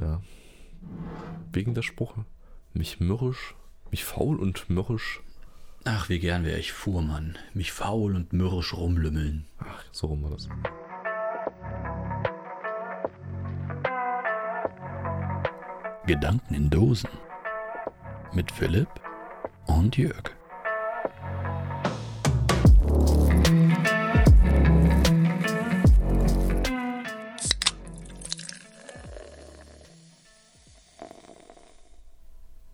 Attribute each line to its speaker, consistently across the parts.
Speaker 1: Ja. Wegen der Sprüche. Mich mürrisch, mich faul und mürrisch.
Speaker 2: Ach, wie gern wäre ich Fuhrmann. Mich faul und mürrisch rumlümmeln.
Speaker 1: Ach, so rum war das.
Speaker 2: Gedanken in Dosen. Mit Philipp und Jörg.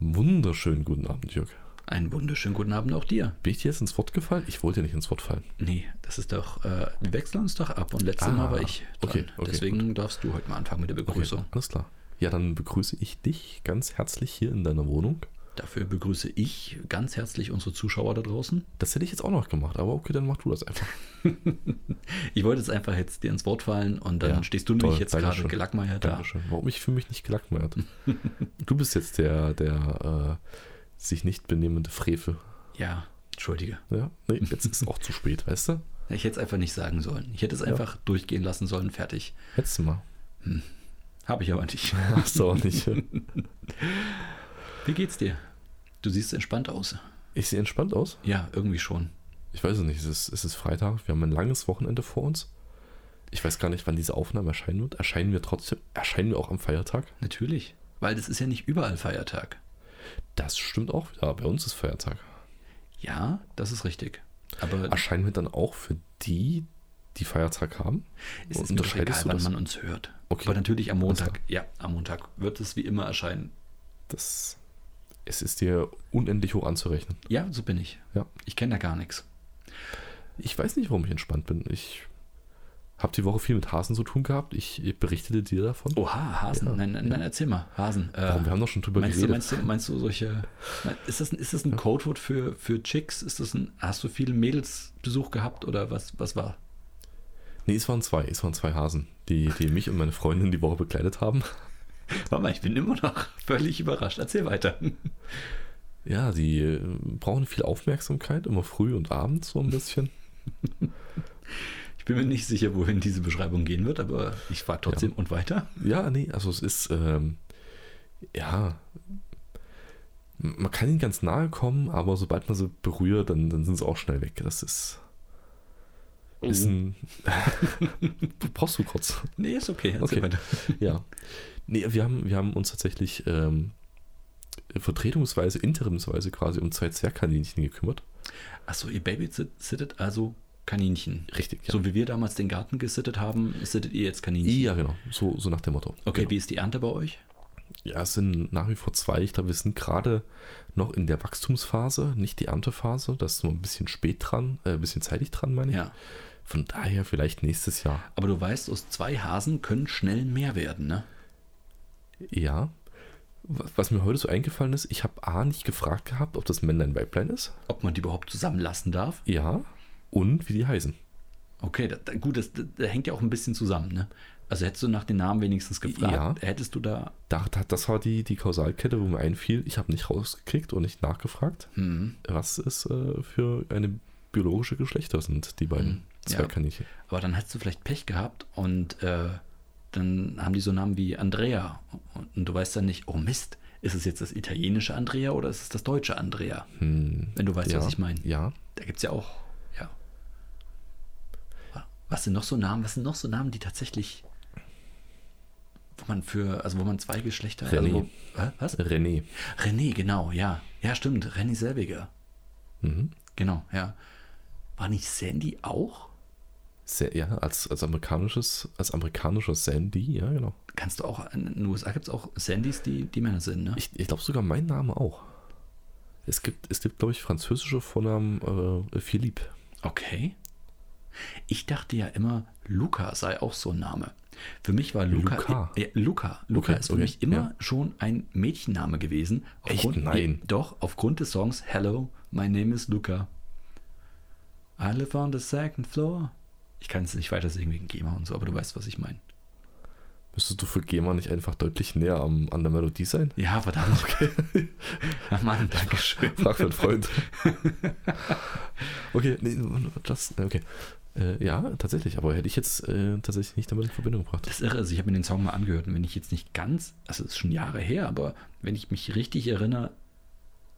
Speaker 1: Wunderschönen guten Abend, Jörg.
Speaker 2: Einen wunderschönen guten Abend auch dir.
Speaker 1: Bin ich dir jetzt ins Wort gefallen? Ich wollte nicht ins Wort fallen.
Speaker 2: Nee, das ist doch, äh, wir wechseln uns doch ab und letztes
Speaker 1: Ah,
Speaker 2: Mal war ich dran.
Speaker 1: okay, okay,
Speaker 2: Deswegen darfst du heute mal anfangen mit der Begrüßung.
Speaker 1: Alles klar. Ja, dann begrüße ich dich ganz herzlich hier in deiner Wohnung.
Speaker 2: Dafür begrüße ich ganz herzlich unsere Zuschauer da draußen.
Speaker 1: Das hätte ich jetzt auch noch gemacht, aber okay, dann mach du das einfach.
Speaker 2: Ich wollte jetzt einfach jetzt dir ins Wort fallen und dann
Speaker 1: Ja,
Speaker 2: stehst du nämlich
Speaker 1: toll,
Speaker 2: jetzt
Speaker 1: danke
Speaker 2: gerade
Speaker 1: schön.
Speaker 2: gelackmeiert da.
Speaker 1: Dankeschön. Warum ich fühle mich nicht gelackmeiert? du bist jetzt der, der äh, sich nicht benehmende Frevel.
Speaker 2: Ja, entschuldige.
Speaker 1: Ja? Nee, jetzt ist es auch zu spät, weißt du?
Speaker 2: Ich hätte es einfach nicht sagen sollen. Ich hätte es einfach durchgehen lassen sollen, fertig.
Speaker 1: Letztes Mal.
Speaker 2: Habe ich aber nicht.
Speaker 1: Hast du auch nicht.
Speaker 2: Wie geht's dir? Du siehst entspannt aus.
Speaker 1: Ich sehe entspannt aus.
Speaker 2: Ja, irgendwie schon.
Speaker 1: Ich weiß es nicht, es ist, es ist Freitag, wir haben ein langes Wochenende vor uns. Ich weiß gar nicht, wann diese Aufnahme erscheinen wird. Erscheinen wir trotzdem, erscheinen wir auch am Feiertag?
Speaker 2: Natürlich. Weil das ist ja nicht überall Feiertag.
Speaker 1: Das stimmt auch wieder. Bei uns ist Feiertag.
Speaker 2: Ja, das ist richtig. Aber
Speaker 1: Erscheinen wir dann auch für die, die Feiertag haben?
Speaker 2: es ist mir doch
Speaker 1: unterscheidest
Speaker 2: egal,
Speaker 1: du
Speaker 2: wann
Speaker 1: das?
Speaker 2: man uns hört.
Speaker 1: Okay.
Speaker 2: Aber natürlich am
Speaker 1: Alles
Speaker 2: Montag. Ja, am Montag wird es wie immer erscheinen.
Speaker 1: das? Es ist dir unendlich hoch anzurechnen.
Speaker 2: Ja, so bin ich.
Speaker 1: Ja.
Speaker 2: Ich kenne da gar nichts.
Speaker 1: Ich weiß nicht, warum ich entspannt bin. Ich habe die Woche viel mit Hasen zu tun gehabt. Ich berichtete dir davon.
Speaker 2: Oha, Hasen.
Speaker 1: Ja.
Speaker 2: Nein, nein, nein, erzähl mal. Hasen. Äh,
Speaker 1: Warum? Wir haben doch schon drüber
Speaker 2: meinst, du,
Speaker 1: geredet.
Speaker 2: meinst, du, meinst du solche. mein- Ist das, ein- ist das ein Codewort für, für Chicks? Ist das ein, hast du viele Mädelsbesuch gehabt oder was, was war?
Speaker 1: Nee, es waren zwei. Es waren zwei Hasen, die, die mich und meine Freundin die Woche begleitet haben.
Speaker 2: Warte mal, ich bin immer noch völlig überrascht. Erzähl weiter.
Speaker 1: Ja, die äh, brauchen viel Aufmerksamkeit, immer früh und abends so ein bisschen.
Speaker 2: Ich bin mir nicht sicher, wohin diese Beschreibung gehen wird, aber ich frage trotzdem und weiter.
Speaker 1: Ja, nee, also es ist, ähm, ja, m- man kann ihnen ganz nahe kommen, aber sobald man sie berührt, dann, dann sind sie auch schnell weg. Das ist, ist ein... Brauchst du kurz?
Speaker 2: Nee, ist okay. Erzähl
Speaker 1: Okay.
Speaker 2: weiter.
Speaker 1: Ja. Nee, wir haben, wir haben uns tatsächlich ähm, vertretungsweise, interimsweise quasi um zwei Zwergkaninchen gekümmert.
Speaker 2: Achso, ihr babysittet also Kaninchen.
Speaker 1: Richtig, ja.
Speaker 2: So wie wir damals den Garten gesittet haben, sittet ihr jetzt Kaninchen.
Speaker 1: ja, genau. So, so nach dem Motto.
Speaker 2: Mhm. Okay, wie ist die Ernte bei euch?
Speaker 1: Ja, es sind nach wie vor zwei. Ich glaube, wir sind gerade noch in der Wachstumsphase, nicht die Erntephase. Da ist noch ein bisschen spät dran, äh, ein bisschen zeitig dran, meine ich.
Speaker 2: Ja.
Speaker 1: Von daher vielleicht nächstes Jahr.
Speaker 2: Aber du weißt, aus zwei Hasen können schnell mehr werden, ne?
Speaker 1: Ja. Wa- Was mir heute so eingefallen ist, ich habe A nicht gefragt gehabt, ob das Männlein Weiblein ist.
Speaker 2: Ob man die überhaupt zusammenlassen darf?
Speaker 1: Ja. Und wie die heißen.
Speaker 2: Okay, da, da, gut, das, da, da hängt ja auch ein bisschen zusammen, ne? Also hättest du nach den Namen wenigstens gefragt, hättest du da.
Speaker 1: Da, da, das war die, die Kausalkette, wo mir einfiel. Ich habe nicht rausgekriegt und nicht nachgefragt,
Speaker 2: Hm.
Speaker 1: was es äh, für eine biologische Geschlechter sind, die beiden
Speaker 2: Hm, ja.
Speaker 1: Zwergkaninchen.
Speaker 2: Aber dann hättest du vielleicht Pech gehabt und äh, dann haben die so Namen wie Andrea. Und, und du weißt dann nicht, oh Mist, ist es jetzt das italienische Andrea oder ist es das deutsche Andrea?
Speaker 1: Hm,
Speaker 2: Wenn du weißt,
Speaker 1: ja,
Speaker 2: was ich meine.
Speaker 1: Ja.
Speaker 2: Da gibt es ja auch, ja. Was sind noch so Namen? Was sind noch so Namen, die tatsächlich, wo man für, also wo man zwei Geschlechter.
Speaker 1: René.
Speaker 2: Also wo, Hä? was?
Speaker 1: René.
Speaker 2: René, genau, ja. Ja, stimmt. René Selbiger.
Speaker 1: Mhm.
Speaker 2: Genau, ja. War nicht Sandy auch?
Speaker 1: Sa- ja, als, als amerikanisches, als amerikanischer Sandy, ja, genau.
Speaker 2: Kannst du auch, in den USA gibt es auch Sandys, die, die Männer sind, ne?
Speaker 1: Ich, ich glaube sogar mein Name auch. Es gibt, es gibt glaube ich, französische Vornamen äh, Philippe.
Speaker 2: Okay. Ich dachte ja immer, Luca sei auch so ein Name. Für mich war Luca.
Speaker 1: Luca?
Speaker 2: Ja, Luca. Luca
Speaker 1: Okay,
Speaker 2: ist für
Speaker 1: okay,
Speaker 2: mich immer
Speaker 1: ja.
Speaker 2: schon ein Mädchenname gewesen.
Speaker 1: Echt? Nein.
Speaker 2: Doch, aufgrund des Songs Hello, my name is Luca. I live on the second floor. Ich kann es nicht weiter singen wegen GEMA und so, aber du weißt, was ich meine.
Speaker 1: Müsstest du für GEMA nicht einfach deutlich näher am, an der Melodie sein?
Speaker 2: Ja, verdammt. Okay. Ach Mann, Dankeschön.
Speaker 1: Frag für einen Freund. okay, nee, das, okay. Äh, ja, tatsächlich, aber hätte ich jetzt äh, tatsächlich nicht damit in Verbindung gebracht.
Speaker 2: Das ist irre. Also ich habe mir den Song mal angehört und wenn ich jetzt nicht ganz, also es ist schon Jahre her, aber wenn ich mich richtig erinnere,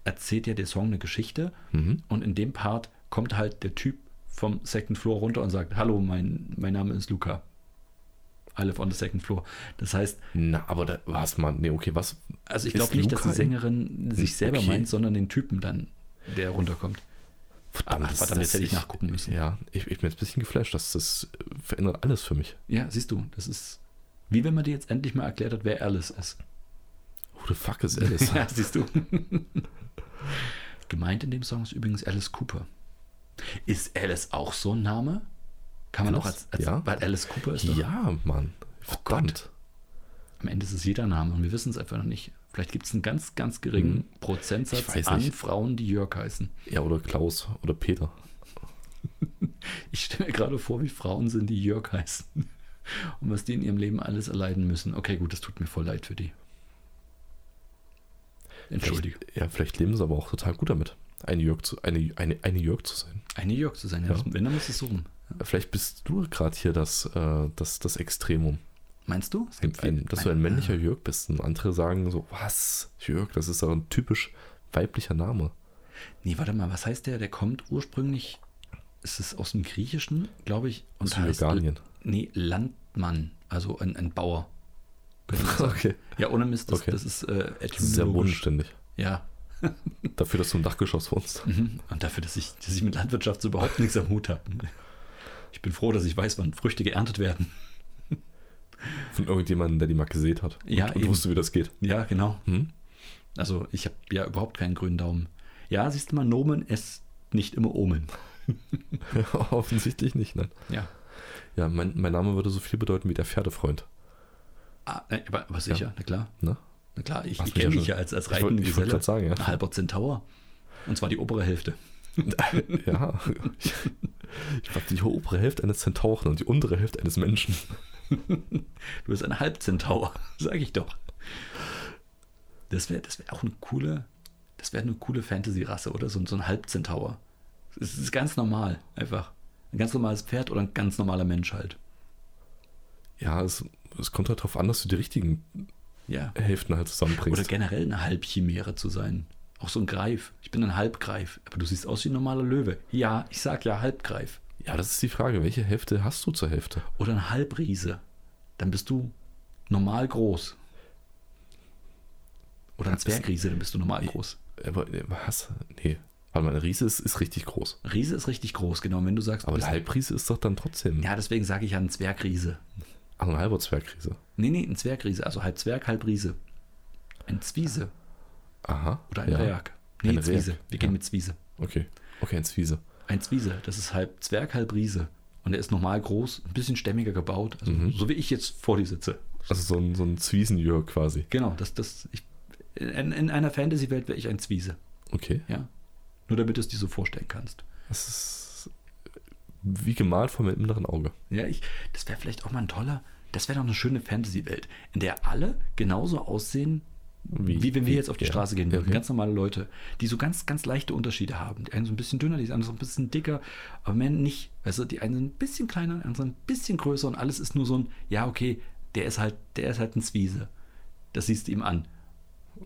Speaker 2: erzählt ja der Song eine Geschichte
Speaker 1: Mhm.
Speaker 2: und in dem Part kommt halt der Typ vom Second Floor runter und sagt, hallo, mein, mein Name ist Luca. I live on the second floor. Das heißt,
Speaker 1: Na, aber da was man. Nee, okay, was.
Speaker 2: also ich
Speaker 1: Ist
Speaker 2: glaube nicht, dass die
Speaker 1: Luca im-
Speaker 2: Sängerin sich selber
Speaker 1: Okay.
Speaker 2: meint, sondern den Typen dann, der runterkommt.
Speaker 1: Verdammt,
Speaker 2: Ach, Ah, verdammt, jetzt hätte ich nachgucken müssen.
Speaker 1: Ja, ich, ich bin jetzt ein bisschen geflasht, das, das äh, verändert alles für mich.
Speaker 2: Ja, siehst du, das ist wie wenn man dir jetzt endlich mal erklärt hat, wer Alice ist.
Speaker 1: Who the fuck is Alice?
Speaker 2: Ja, siehst du. Gemeint in dem Song ist übrigens Alice Cooper. Ist Alice auch so ein Name? Kann man
Speaker 1: Alice?
Speaker 2: auch als, als
Speaker 1: Ja.
Speaker 2: weil Alice Cooper ist doch,
Speaker 1: ja, Mann.
Speaker 2: Oh
Speaker 1: Verdammt.
Speaker 2: am Ende ist es jeder Name und wir wissen es einfach noch nicht. Vielleicht gibt es einen ganz, ganz geringen
Speaker 1: Hm. Ich
Speaker 2: Prozentsatz
Speaker 1: weiß
Speaker 2: an
Speaker 1: nicht.
Speaker 2: Frauen, die Jörg heißen.
Speaker 1: ja, oder Klaus oder Peter.
Speaker 2: Ich stelle mir gerade vor, wie Frauen sind, die Jörg heißen. Und was die in ihrem Leben alles erleiden müssen. Okay, gut, das tut mir voll leid für die. Entschuldige.
Speaker 1: Vielleicht, ja, vielleicht leben sie aber auch total gut damit, eine Jörg zu, eine, eine, eine Jörg zu sein.
Speaker 2: Eine Jörg zu sein, ja.
Speaker 1: Ja.
Speaker 2: wenn, dann muss es so rum.
Speaker 1: Vielleicht bist du gerade hier das, äh, das, das Extremum.
Speaker 2: Meinst du? Es
Speaker 1: Ein,
Speaker 2: viel-
Speaker 1: dass du ein männlicher Jörg bist. Und andere sagen so, was? Jörg, das ist doch ein typisch weiblicher Name.
Speaker 2: Nee, warte mal, was heißt der? Der kommt ursprünglich, ist es aus dem Griechischen, glaube ich, und
Speaker 1: Aus
Speaker 2: heißt
Speaker 1: Jordanien.
Speaker 2: nee, Landmann, also ein, ein Bauer.
Speaker 1: Okay.
Speaker 2: Ja, ohne Mist, das,
Speaker 1: Okay.
Speaker 2: das ist äh,
Speaker 1: Sehr
Speaker 2: etymologisch.
Speaker 1: bodenständig.
Speaker 2: Ja.
Speaker 1: Dafür, dass du im Dachgeschoss wohnst.
Speaker 2: Mhm. Und dafür, dass ich, dass ich mit Landwirtschaft so überhaupt nichts am Hut habe. Ich bin froh, dass ich weiß, wann Früchte geerntet werden.
Speaker 1: Von irgendjemandem, der die mal gesät hat. Und,
Speaker 2: Ja,
Speaker 1: und
Speaker 2: eben.
Speaker 1: wusste, wie das geht.
Speaker 2: Ja, genau.
Speaker 1: Hm?
Speaker 2: Also ich habe ja überhaupt keinen grünen Daumen. Ja, siehst du mal, Nomen ist nicht immer Omen.
Speaker 1: Offensichtlich nicht, nein.
Speaker 2: Ja.
Speaker 1: Ja, mein, mein Name würde so viel bedeuten wie der Pferdefreund.
Speaker 2: Ah, äh, aber, aber sicher, na klar.
Speaker 1: Ne?
Speaker 2: Na klar, ich,
Speaker 1: Hast
Speaker 2: ich
Speaker 1: mich
Speaker 2: kenne
Speaker 1: ja
Speaker 2: mich
Speaker 1: schon-
Speaker 2: ja als, als
Speaker 1: ich wollt-
Speaker 2: reitende
Speaker 1: ich wollt
Speaker 2: Geselle.
Speaker 1: grad sagen, ja.
Speaker 2: Ein halber Centaur. Und zwar die obere Hälfte.
Speaker 1: Ja. Ich, ich glaube, die obere Hälfte eines Zentauren und die untere Hälfte eines Menschen.
Speaker 2: Du bist ein Halbcentaur, sag ich doch. Das wäre das wär auch eine coole, das wäre eine coole Fantasy-Rasse, oder? So, ein- so ein Halbcentaur. Es ist ganz normal, einfach. Ein ganz normales Pferd oder ein ganz normaler Mensch halt.
Speaker 1: Ja, es, es kommt halt darauf an, dass du die richtigen
Speaker 2: Ja.
Speaker 1: Hälften halt zusammenbringst.
Speaker 2: Oder generell eine Halbchimäre zu sein. Auch so ein Greif. Ich bin ein Halbgreif. Aber du siehst aus wie ein normaler Löwe. Ja, ich sag ja Halbgreif.
Speaker 1: ja, das ist die Frage. Welche Hälfte hast du zur Hälfte?
Speaker 2: Oder ein Halbriese. Dann bist du normal groß. Oder ein Zwergriese, dann bist du normal groß.
Speaker 1: Aber äh, was? Nee. Warte mal, ein Riese ist, ist richtig groß.
Speaker 2: Riese ist richtig groß, genau. Und Wenn du sagst, du
Speaker 1: Aber ein
Speaker 2: bist,
Speaker 1: Halbriese ist doch dann trotzdem.
Speaker 2: ja, deswegen sage ich ja ein Zwergriese.
Speaker 1: Ach, ein halber Zwergriese.
Speaker 2: Nee, nee, ein Zwergriese. Also halb Zwerg, halb Riese. Ein Zwiese
Speaker 1: Aha.
Speaker 2: oder ein
Speaker 1: ja.
Speaker 2: Zwerg. Nee,
Speaker 1: Ein
Speaker 2: Zwiese.
Speaker 1: Zwerg,
Speaker 2: Wir
Speaker 1: ja.
Speaker 2: gehen mit Zwiese.
Speaker 1: Okay. Okay, ein Zwiese.
Speaker 2: Ein Zwiese, das ist halb Zwerg, halb Riese. Und er ist normal groß, ein bisschen stämmiger gebaut. Also,
Speaker 1: Mhm.
Speaker 2: So wie ich jetzt vor dir sitze.
Speaker 1: Also so ein, so ein Zwiesenjör quasi.
Speaker 2: Genau, das, das, ich, in, in einer Fantasy-Welt wäre ich ein Zwiese.
Speaker 1: Okay.
Speaker 2: Ja. Nur damit du es dir so vorstellen kannst.
Speaker 1: Das ist wie gemalt vor meinem inneren Auge.
Speaker 2: Ja, ich, das wäre vielleicht auch mal ein toller, das wäre doch eine schöne Fantasy-Welt, in der alle genauso aussehen, wie,
Speaker 1: Wie-
Speaker 2: wenn wir
Speaker 1: wie-
Speaker 2: jetzt auf die
Speaker 1: ja.
Speaker 2: Straße gehen
Speaker 1: Ja,
Speaker 2: würden.
Speaker 1: okay.
Speaker 2: Ganz normale Leute, die so ganz, ganz leichte Unterschiede haben. Die einen so ein bisschen dünner, die anderen so ein bisschen dicker, aber mehr nicht. Weißt du, die einen sind ein bisschen kleiner, die anderen ein bisschen größer und alles ist nur so ein, ja, okay, der ist halt, der ist halt ein Zwiese. Das siehst du ihm an.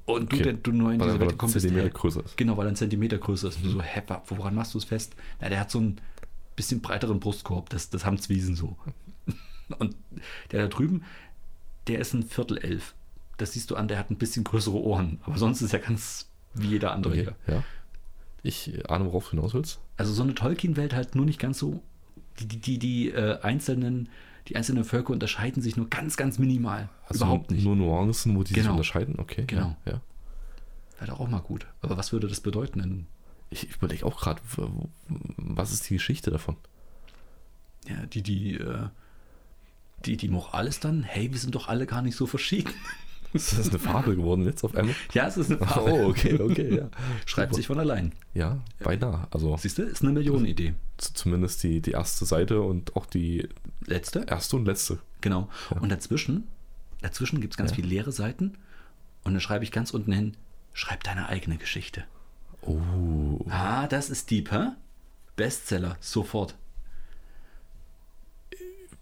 Speaker 2: Und du,
Speaker 1: Okay.
Speaker 2: der, du neu in
Speaker 1: Weil
Speaker 2: diese
Speaker 1: er
Speaker 2: Welt
Speaker 1: aber
Speaker 2: gekommen bist,
Speaker 1: Zentimeter
Speaker 2: hä?
Speaker 1: größer ist.
Speaker 2: Genau, weil er ein Zentimeter größer ist. Und du so, hä, wa- woran machst du es fest? Na, der hat so einen bisschen breiteren Brustkorb, das, das haben Zwiesen so. Und der da drüben, der ist ein Viertel elf. Das siehst du an, der hat ein bisschen größere Ohren. Aber sonst ist er ganz wie jeder andere hier.
Speaker 1: Ja. Ich äh, ahne, worauf du hinaus willst.
Speaker 2: Also so eine Tolkien-Welt halt nur nicht ganz so. Die, die, die, die äh, einzelnen, die einzelnen Völker unterscheiden sich nur ganz, ganz minimal.
Speaker 1: Also
Speaker 2: Überhaupt nicht.
Speaker 1: Nur Nuancen, wo die sich
Speaker 2: Genau.
Speaker 1: unterscheiden. Okay.
Speaker 2: Genau.
Speaker 1: Ja. ja.
Speaker 2: Wäre doch auch mal gut. Aber was würde das bedeuten? Denn,
Speaker 1: Ich überlege auch gerade, w- w- was ist die Geschichte davon?
Speaker 2: ja, die, die, äh, die, die Moral ist dann, hey, wir sind doch alle gar nicht so verschieden.
Speaker 1: Ist das eine Fabel geworden jetzt auf einmal?
Speaker 2: ja, es ist eine Farbe.
Speaker 1: Oh, okay, okay, ja.
Speaker 2: Schreibt
Speaker 1: Super.
Speaker 2: sich von allein.
Speaker 1: Ja, beinahe. Also
Speaker 2: Siehst du, ist eine Millionenidee.
Speaker 1: z- zumindest die, die erste Seite und auch die
Speaker 2: Letzte?
Speaker 1: erste und letzte.
Speaker 2: Genau. Und dazwischen, dazwischen gibt es ganz viele leere Seiten. Und dann schreibe ich ganz unten hin, schreib deine eigene Geschichte.
Speaker 1: Oh.
Speaker 2: Ah, das ist deep, hä? Bestseller, sofort.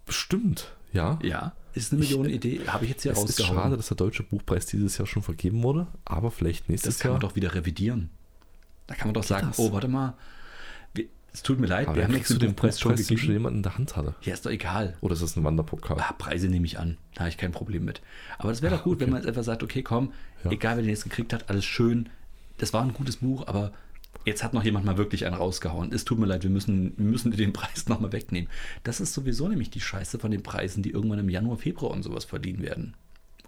Speaker 1: Stimmt, ja.
Speaker 2: Ja, ist eine
Speaker 1: Ich- äh,
Speaker 2: Millionenidee. Habe ich jetzt hier
Speaker 1: Es ist
Speaker 2: rausgehauen.
Speaker 1: schade, dass der deutsche Buchpreis dieses Jahr schon vergeben wurde, aber vielleicht nächstes
Speaker 2: Das kann
Speaker 1: Jahr. Ah,
Speaker 2: man doch wieder revidieren. Da kann man doch sagen,
Speaker 1: das?
Speaker 2: oh, warte mal, wir, es tut mir leid,
Speaker 1: aber
Speaker 2: wir
Speaker 1: wer
Speaker 2: haben
Speaker 1: kriegt
Speaker 2: jetzt
Speaker 1: zu
Speaker 2: den
Speaker 1: dem
Speaker 2: Buchpreis schon
Speaker 1: Buchpreis den schon
Speaker 2: gegeben.
Speaker 1: jemand in der Hand hatte?
Speaker 2: Ja, ist doch egal.
Speaker 1: Oder ist das ein Wanderpokal?
Speaker 2: Ah, Preise nehme ich an. Da habe ich kein Problem mit. Aber das wäre doch gut, wenn man jetzt einfach sagt, okay, komm,
Speaker 1: Ja.
Speaker 2: egal wer den jetzt gekriegt hat, alles schön. Das war ein gutes Buch, aber jetzt hat noch jemand mal wirklich einen rausgehauen. Es tut mir leid, wir müssen, wir müssen dir den Preis nochmal wegnehmen. Das ist sowieso nämlich die Scheiße von den Preisen, die irgendwann im Januar, Februar und sowas verliehen werden.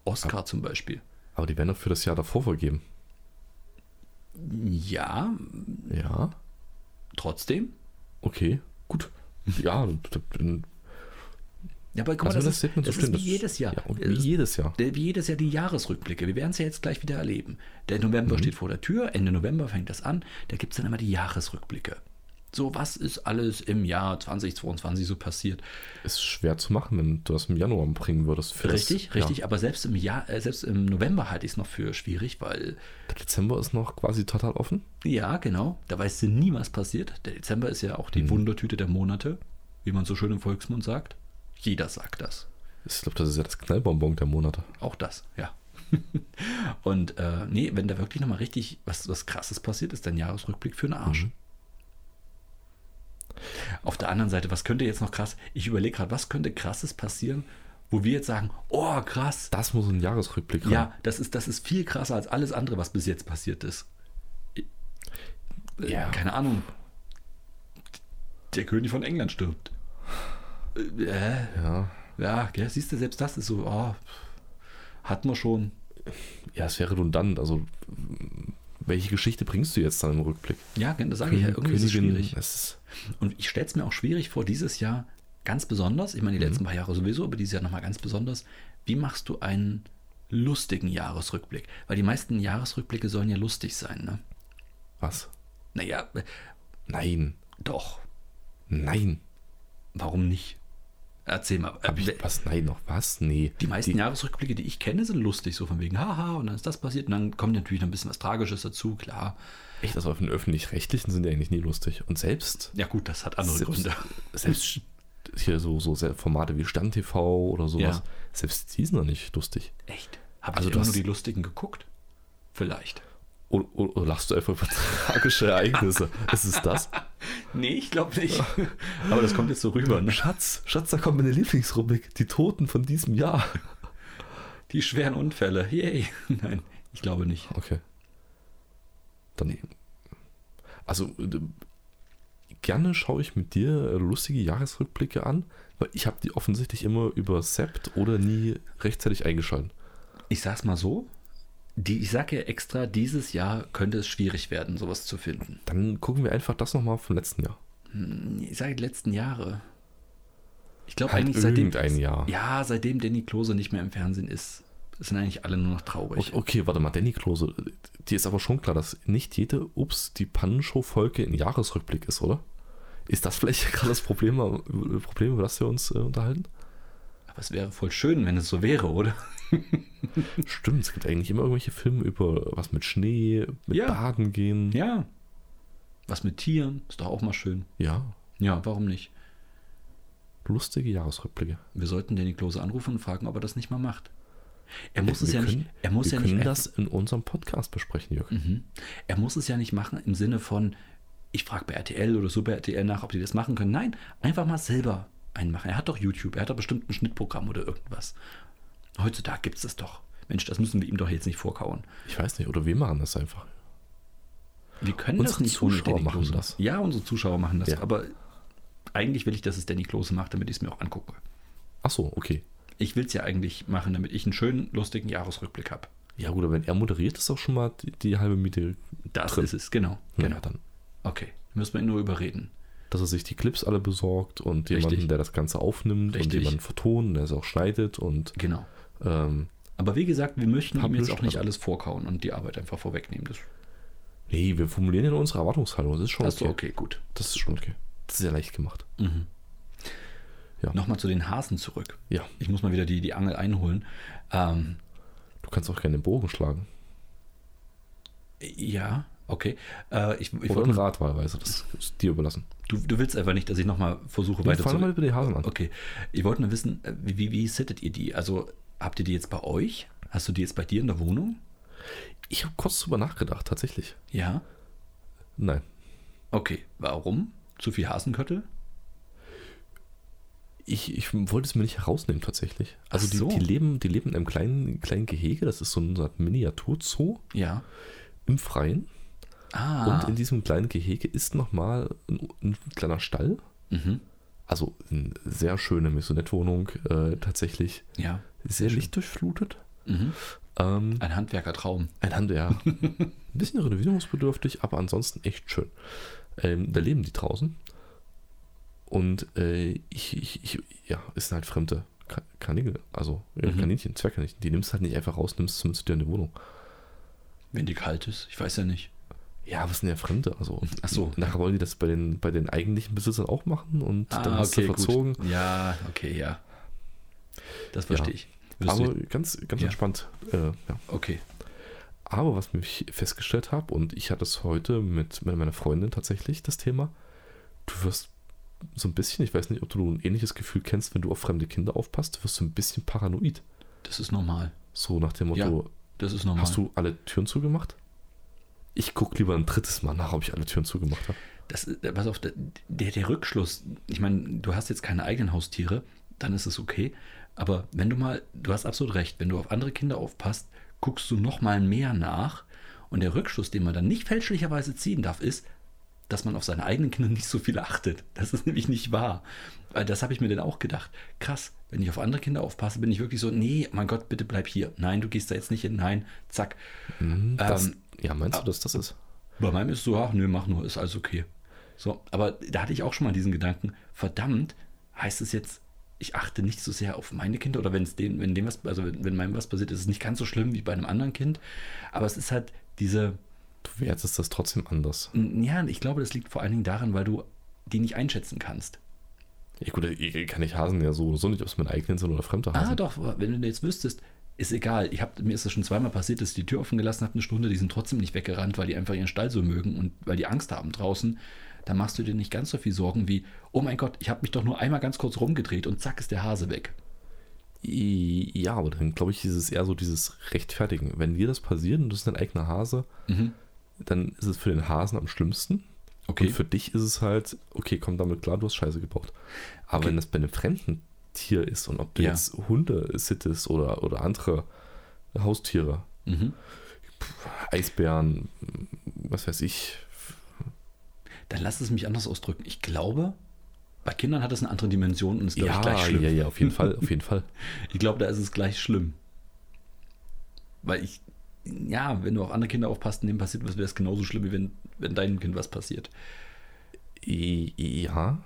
Speaker 2: Oscar zum Beispiel.
Speaker 1: Aber die werden doch für das Jahr davor vergeben.
Speaker 2: Ja,
Speaker 1: Ja,
Speaker 2: trotzdem.
Speaker 1: okay, gut. Ja, dann
Speaker 2: Ja, aber
Speaker 1: lassen wir
Speaker 2: guck
Speaker 1: das
Speaker 2: mal, das, ist,
Speaker 1: Statement so
Speaker 2: das ist
Speaker 1: stehen.
Speaker 2: wie jedes Jahr. Äh,
Speaker 1: Ja, und
Speaker 2: Es
Speaker 1: wie
Speaker 2: ist
Speaker 1: jedes Jahr.
Speaker 2: Der- Wie jedes Jahr die Jahresrückblicke. Wir werden es ja jetzt gleich wieder erleben. Der November steht vor der Tür, Ende November fängt das an. Da gibt es dann immer die Jahresrückblicke. So, was ist alles im Jahr 2022 so passiert?
Speaker 1: Ist schwer zu machen, wenn du das im Januar bringen würdest. für das-
Speaker 2: Richtig, richtig. Aber selbst im Jahr, äh, selbst im November halte ich es noch für schwierig, weil
Speaker 1: Ja. Der Dezember ist noch quasi total offen.
Speaker 2: ja, genau, da weißt du nie, was passiert. Der Dezember ist ja auch die Wundertüte der Monate, wie man so schön im Volksmund sagt. Jeder sagt das.
Speaker 1: Ich glaube, das ist ja das Knallbonbon der Monate.
Speaker 2: Auch das, ja. Und äh, nee, wenn da wirklich nochmal richtig was, was Krasses passiert, ist dein Jahresrückblick für einen Arsch. Auf der anderen Seite, was könnte jetzt noch krass? Ich überlege gerade, was könnte krasses passieren, wo wir jetzt sagen, oh krass,
Speaker 1: Das muss ein Jahresrückblick rein.
Speaker 2: ja, das ist, das ist viel krasser als alles andere, was bis jetzt passiert ist. Äh,
Speaker 1: Ja.
Speaker 2: Keine Ahnung. Der König von England stirbt. Äh, äh,
Speaker 1: Ja,
Speaker 2: ja, gell, siehst du, selbst das ist so, oh, hatten wir schon.
Speaker 1: ja es wäre redundant. Also, m, welche Geschichte bringst du jetzt dann im Rückblick?
Speaker 2: Ja, das sage ich ja, irgendwie ist es
Speaker 1: Königin,
Speaker 2: schwierig.
Speaker 1: Es ist,
Speaker 2: Und ich stelle es mir auch schwierig vor, dieses Jahr ganz besonders, ich meine
Speaker 1: Mhm.
Speaker 2: die letzten paar Jahre sowieso, aber dieses Jahr nochmal ganz besonders, wie machst du einen lustigen Jahresrückblick? Weil die meisten Jahresrückblicke sollen ja lustig sein, ne?
Speaker 1: was?
Speaker 2: Naja, äh,
Speaker 1: Nein,
Speaker 2: doch,
Speaker 1: nein.
Speaker 2: warum nicht? Erzähl mal.
Speaker 1: Hab
Speaker 2: äh,
Speaker 1: ich, was? Nein, noch was? Nee.
Speaker 2: Die meisten Jahresrückblicke, die ich kenne, sind lustig, so von wegen, haha, und dann ist das passiert, und dann kommt natürlich noch ein bisschen was Tragisches dazu, klar.
Speaker 1: Echt, also auf den Öffentlich-Rechtlichen sind die eigentlich nie lustig. Und selbst
Speaker 2: Ja, gut, das hat andere
Speaker 1: Selbst-
Speaker 2: Gründe.
Speaker 1: selbst hier so, so sehr Formate wie Stern TV oder sowas,
Speaker 2: Ja.
Speaker 1: selbst die sind doch nicht lustig.
Speaker 2: Echt? Habe
Speaker 1: Also
Speaker 2: ich
Speaker 1: du
Speaker 2: immer nur
Speaker 1: hast-
Speaker 2: die lustigen geguckt? Vielleicht.
Speaker 1: Oder, oder, oder lachst du einfach über tragische Ereignisse? Ist es das?
Speaker 2: Nee, ich glaube nicht. Aber das kommt jetzt so rüber. Ne?
Speaker 1: Schatz, Schatz, da kommt meine Lieblingsrubrik, die Toten von diesem Jahr.
Speaker 2: Die schweren Unfälle. Yay. Nein, ich glaube nicht.
Speaker 1: Okay. Dann. Also, äh, gerne schaue ich mit dir äh, lustige Jahresrückblicke an, weil ich habe die offensichtlich immer überseppt oder nie rechtzeitig eingeschaltet.
Speaker 2: Ich sag's mal so. Die, ich sage ja extra, dieses Jahr könnte es schwierig werden, sowas zu finden.
Speaker 1: Dann gucken wir einfach das nochmal vom letzten Jahr.
Speaker 2: Hm, Ich sage die letzten Jahre. Ich glaube
Speaker 1: Halt
Speaker 2: eigentlich seitdem.
Speaker 1: irgendein Jahr.
Speaker 2: Ja, seitdem Danny Klose nicht mehr im Fernsehen ist, sind eigentlich alle nur noch traurig.
Speaker 1: Okay, okay, warte mal, Danny Klose, dir ist aber schon klar, dass nicht jede Ups, die Pannenshow-Folge in Jahresrückblick ist, oder? Ist das vielleicht gerade das Problem, äh, Problem, über das wir uns äh, unterhalten?
Speaker 2: Aber es wäre voll schön, wenn es so wäre, oder?
Speaker 1: Stimmt, es gibt eigentlich immer irgendwelche Filme über was mit Schnee, mit
Speaker 2: Ja.
Speaker 1: Baden gehen.
Speaker 2: Ja. Was mit Tieren? Ist doch auch mal schön.
Speaker 1: Ja,
Speaker 2: Ja, warum nicht?
Speaker 1: lustige Jahresrückblicke.
Speaker 2: Wir sollten Danny Klose anrufen und fragen, ob er das nicht mal macht. Er muss
Speaker 1: wir
Speaker 2: es ja
Speaker 1: können,
Speaker 2: nicht. Er muss
Speaker 1: wir
Speaker 2: ja
Speaker 1: können
Speaker 2: nicht. einfach-
Speaker 1: das in unserem Podcast besprechen, Jörg.
Speaker 2: Mhm. Er muss es ja nicht machen im Sinne von, ich frage bei RTL oder Super RTL nach, ob die das machen können. Nein, einfach mal selber einen machen. Er hat doch YouTube, er hat doch bestimmt ein Schnittprogramm oder irgendwas. Heutzutage gibt es das doch. Mensch, das müssen wir ihm doch jetzt nicht vorkauen.
Speaker 1: Ich weiß nicht, oder wir machen das einfach.
Speaker 2: Wir können das
Speaker 1: Unsere
Speaker 2: nicht ohne
Speaker 1: Zuschauer
Speaker 2: Danny
Speaker 1: machen
Speaker 2: Klose.
Speaker 1: das.
Speaker 2: Ja, unsere Zuschauer machen das.
Speaker 1: Ja.
Speaker 2: Aber eigentlich will ich, dass es Danny Klose macht, damit ich es mir auch angucke.
Speaker 1: Ach so, okay.
Speaker 2: Ich will es ja eigentlich machen, damit ich einen schönen, lustigen Jahresrückblick habe.
Speaker 1: Ja gut, aber wenn er moderiert, ist auch schon mal die, die halbe Miete.
Speaker 2: Das
Speaker 1: Drin.
Speaker 2: ist es, genau.
Speaker 1: Genau.
Speaker 2: genau.
Speaker 1: Ja, dann.
Speaker 2: Okay, müssen wir ihn nur überreden.
Speaker 1: dass er sich die Clips alle besorgt und
Speaker 2: Richtig.
Speaker 1: jemanden, der das Ganze aufnimmt und
Speaker 2: Richtig.
Speaker 1: jemanden vertont, der es auch schneidet und
Speaker 2: Genau.
Speaker 1: ähm,
Speaker 2: Aber wie gesagt, wir möchten ihm jetzt
Speaker 1: Published,
Speaker 2: auch nicht
Speaker 1: also-
Speaker 2: alles vorkauen und die Arbeit einfach vorwegnehmen. Das,
Speaker 1: nee, wir formulieren ja unsere Erwartungshaltung. Das ist schon
Speaker 2: das
Speaker 1: okay. Mhm.
Speaker 2: war okay, gut.
Speaker 1: Das ist schon okay. Das ist ja leicht gemacht.
Speaker 2: Nochmal zu den Hasen zurück.
Speaker 1: Ja,
Speaker 2: Ich muss mal wieder die, die Angel einholen. Ähm,
Speaker 1: du kannst auch gerne den Bogen schlagen.
Speaker 2: ja, Okay. Äh, ich ich
Speaker 1: Oder ein
Speaker 2: wollte
Speaker 1: Rad wahlweise, das ist dir überlassen.
Speaker 2: du, du willst einfach nicht, dass ich nochmal versuche
Speaker 1: Wir fahren
Speaker 2: weiterzu-
Speaker 1: mal über die Hasen an.
Speaker 2: Okay. Ich wollte nur wissen, äh, wie, wie, wie sittet ihr die? Also habt ihr die jetzt bei euch? Hast du die jetzt bei dir in der Wohnung?
Speaker 1: Ich habe kurz drüber nachgedacht, tatsächlich.
Speaker 2: Ja.
Speaker 1: Nein.
Speaker 2: Okay. Warum? Zu viel Hasenköttel?
Speaker 1: Ich, ich wollte es mir nicht herausnehmen, tatsächlich. Also
Speaker 2: Ach so.
Speaker 1: die, die, leben, die leben in einem kleinen, kleinen Gehege, das ist so eine Art Miniaturzoo
Speaker 2: Ja.
Speaker 1: im Freien.
Speaker 2: Ah.
Speaker 1: Und in diesem kleinen Gehege ist nochmal ein, ein kleiner Stall.
Speaker 2: mhm.
Speaker 1: Also eine sehr schöne Maisonette-Wohnung äh, tatsächlich.
Speaker 2: Ja.
Speaker 1: Sehr lichtdurchflutet.
Speaker 2: Mhm.
Speaker 1: Ähm,
Speaker 2: Ein Handwerkertraum.
Speaker 1: ein Hand, ja. Ein bisschen renovierungsbedürftig, aber ansonsten echt schön. Ähm, da leben die draußen. Und äh, ich, ich, ich, ja, ist halt fremde Ka- Kaninchen, also ja,
Speaker 2: Mhm.
Speaker 1: Kaninchen, Zwergkaninchen. Die nimmst du halt nicht einfach raus, nimmst du mit zu dir in die Wohnung.
Speaker 2: Wenn die kalt ist. Ich weiß ja nicht.
Speaker 1: Ja, was sind ja Fremde? Also,
Speaker 2: Ach so.
Speaker 1: Nachher wollen die das bei den, bei den eigentlichen Besitzern auch machen und dann hast du
Speaker 2: Ah, gut.
Speaker 1: verzogen.
Speaker 2: Ja, okay, ja. Das verstehe
Speaker 1: Ja.
Speaker 2: ich. Wirst
Speaker 1: Aber
Speaker 2: du,
Speaker 1: ganz, ganz
Speaker 2: Ja.
Speaker 1: entspannt. Äh, ja.
Speaker 2: okay.
Speaker 1: Aber was ich festgestellt habe, und ich hatte es heute mit, mit meiner Freundin tatsächlich das Thema, du wirst so ein bisschen, ich weiß nicht, ob du ein ähnliches Gefühl kennst, wenn du auf fremde Kinder aufpasst, du wirst so ein bisschen paranoid.
Speaker 2: Das ist normal.
Speaker 1: So nach dem Motto,
Speaker 2: Das ist normal.
Speaker 1: hast du alle Türen zugemacht? Ich gucke lieber ein drittes Mal nach, ob ich alle Türen zugemacht habe.
Speaker 2: Das, äh, pass auf, der, der der Rückschluss, ich meine, du hast jetzt keine eigenen Haustiere, dann ist es okay. Aber wenn du mal, du hast absolut recht, wenn du auf andere Kinder aufpasst, guckst du nochmal mehr nach. Und der Rückschluss, den man dann nicht fälschlicherweise ziehen darf, ist, dass man auf seine eigenen Kinder nicht so viel achtet. Das ist nämlich nicht wahr. Weil das habe ich mir dann auch gedacht. Krass, wenn ich auf andere Kinder aufpasse, bin ich wirklich so, nee, mein Gott, bitte bleib hier. Nein, du gehst da jetzt nicht hin. Nein, zack.
Speaker 1: Hm, Das,
Speaker 2: Ähm,
Speaker 1: ja, meinst du, dass das ist?
Speaker 2: bei meinem ist so, ach nö, mach nur, ist alles okay. So, aber da hatte ich auch schon mal diesen Gedanken, verdammt, heißt es jetzt, ich achte nicht so sehr auf meine Kinder oder wenn es denen, wenn dem was, also wenn, wenn meinem was passiert, ist es nicht ganz so schlimm wie bei einem anderen Kind. Aber es ist halt diese,
Speaker 1: Du wertest das trotzdem anders.
Speaker 2: n- ja, ich glaube, das liegt vor allen Dingen daran, weil du die nicht einschätzen kannst.
Speaker 1: Ja, gut, ich kann ich Hasen ja so oder so nicht, ob es meine eigenen sind oder fremde Hasen.
Speaker 2: Ah, doch, wenn du jetzt wüsstest, ist egal. Ich hab, mir ist das schon zweimal passiert, dass ich die Tür offen gelassen habe, eine Stunde, die sind trotzdem nicht weggerannt, weil die einfach ihren Stall so mögen und weil die Angst haben draußen. Da machst du dir nicht ganz so viel Sorgen wie, oh mein Gott, ich habe mich doch nur einmal ganz kurz rumgedreht und zack ist der Hase weg.
Speaker 1: Ja, aber dann glaube ich, ist es eher so dieses Rechtfertigen. Wenn dir das passiert und du bist dein eigener Hase, dann ist es für den Hasen am schlimmsten.
Speaker 2: Okay.
Speaker 1: Und für dich ist es halt, okay, komm damit klar, du hast Scheiße gebaut. Aber
Speaker 2: Okay.
Speaker 1: wenn das bei einem fremden Tier ist und ob du
Speaker 2: Ja.
Speaker 1: jetzt Hunde sittest oder, oder andere Haustiere,
Speaker 2: Mhm.
Speaker 1: Eisbären, was weiß ich,
Speaker 2: Dann lass es mich anders ausdrücken. Ich glaube, bei Kindern hat das eine andere Dimension und ist, glaube ich, gleich schlimm.
Speaker 1: ja, ja, auf jeden Fall, auf jeden Fall.
Speaker 2: Ich glaube, da ist es gleich schlimm. Weil ich, ja, wenn du auf andere Kinder aufpasst und dem passiert was, wäre es genauso schlimm, wie wenn, wenn deinem Kind was passiert.
Speaker 1: Ja,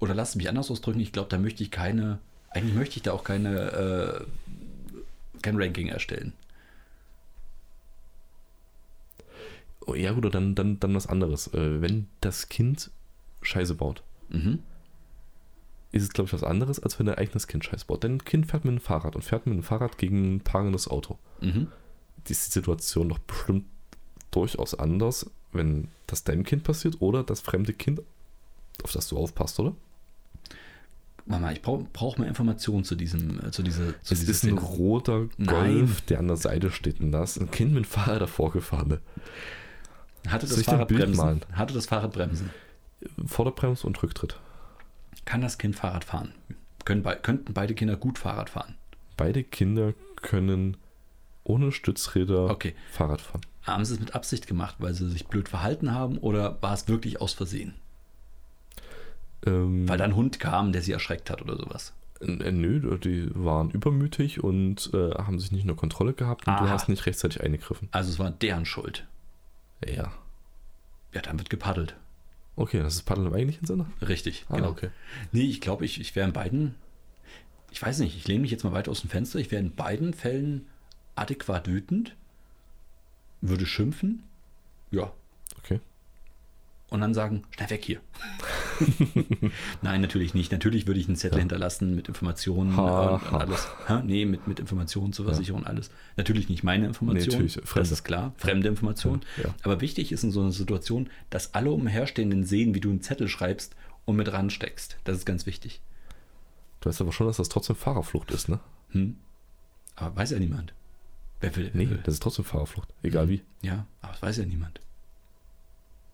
Speaker 2: oder lass es mich anders ausdrücken, ich glaube, da möchte ich keine, eigentlich möchte ich da auch keine, äh, kein Ranking erstellen.
Speaker 1: Oh, ja gut, dann, dann, dann was anderes. Äh, Wenn das Kind Scheiße baut,
Speaker 2: Mhm.
Speaker 1: ist es, glaube ich, was anderes, als wenn dein eigenes Kind Scheiß baut. Dein Kind fährt mit einem Fahrrad und fährt mit einem Fahrrad gegen ein parendes Auto.
Speaker 2: Mhm.
Speaker 1: Die ist die Situation doch bestimmt durchaus anders, wenn das deinem Kind passiert oder das fremde Kind, auf das du aufpasst, oder?
Speaker 2: Mama, ich brauche brauch mehr Informationen zu diesem, äh, zu dieser, zu
Speaker 1: es
Speaker 2: dieser
Speaker 1: ist Also ein
Speaker 2: Szene.
Speaker 1: roter Golf,
Speaker 2: Nein.
Speaker 1: der an der Seite steht und da ist ein Kind mit dem Fahrrad davor gefahren.
Speaker 2: Hatte
Speaker 1: Soll
Speaker 2: das
Speaker 1: ich dir ein
Speaker 2: Fahrrad
Speaker 1: Bild
Speaker 2: bremsen?
Speaker 1: malen?
Speaker 2: Hatte das Fahrrad bremsen?
Speaker 1: Vorderbremse und Rücktritt.
Speaker 2: Kann das Kind Fahrrad fahren? Können bei, könnten beide Kinder gut Fahrrad fahren?
Speaker 1: Beide Kinder können ohne Stützräder
Speaker 2: Okay.
Speaker 1: Fahrrad fahren.
Speaker 2: Haben sie es mit Absicht gemacht, weil sie sich blöd verhalten haben oder war es wirklich aus Versehen?
Speaker 1: Ähm,
Speaker 2: Weil da ein Hund kam, der sie erschreckt hat oder sowas.
Speaker 1: Äh, Nö, die waren übermütig und äh, haben sich nicht nur Kontrolle gehabt und du
Speaker 2: Aha.
Speaker 1: hast nicht rechtzeitig eingegriffen.
Speaker 2: Also es war deren Schuld.
Speaker 1: Ja.
Speaker 2: Ja, dann wird gepaddelt.
Speaker 1: Okay, das ist Paddeln im eigentlichen Sinne?
Speaker 2: Richtig, genau.
Speaker 1: Ah, okay.
Speaker 2: Nee, ich glaube, ich, ich wäre in beiden, ich weiß nicht, ich lehne mich jetzt mal weit aus dem Fenster, ich wäre in beiden Fällen adäquat wütend, würde schimpfen, ja,
Speaker 1: Okay.
Speaker 2: und dann sagen, schnell weg hier. Nein, natürlich nicht. Natürlich würde ich einen Zettel hinterlassen mit Informationen
Speaker 1: Ha,
Speaker 2: und, und
Speaker 1: ha.
Speaker 2: alles. Ha? Nee, mit, mit Informationen zur Versicherung und alles. Natürlich nicht meine Informationen.
Speaker 1: Nee, natürlich,
Speaker 2: das
Speaker 1: fremde.
Speaker 2: ist klar. Fremde Informationen.
Speaker 1: Ja, ja.
Speaker 2: Aber wichtig ist in so einer Situation, dass alle umherstehenden sehen, wie du einen Zettel schreibst und mit ransteckst. Das ist ganz wichtig.
Speaker 1: Du weißt aber schon, dass das trotzdem Fahrerflucht ist, ne?
Speaker 2: Hm? Aber weiß ja niemand. Wer will?
Speaker 1: Nee,
Speaker 2: will.
Speaker 1: das ist trotzdem Fahrerflucht. Egal wie.
Speaker 2: Ja, aber das weiß ja niemand.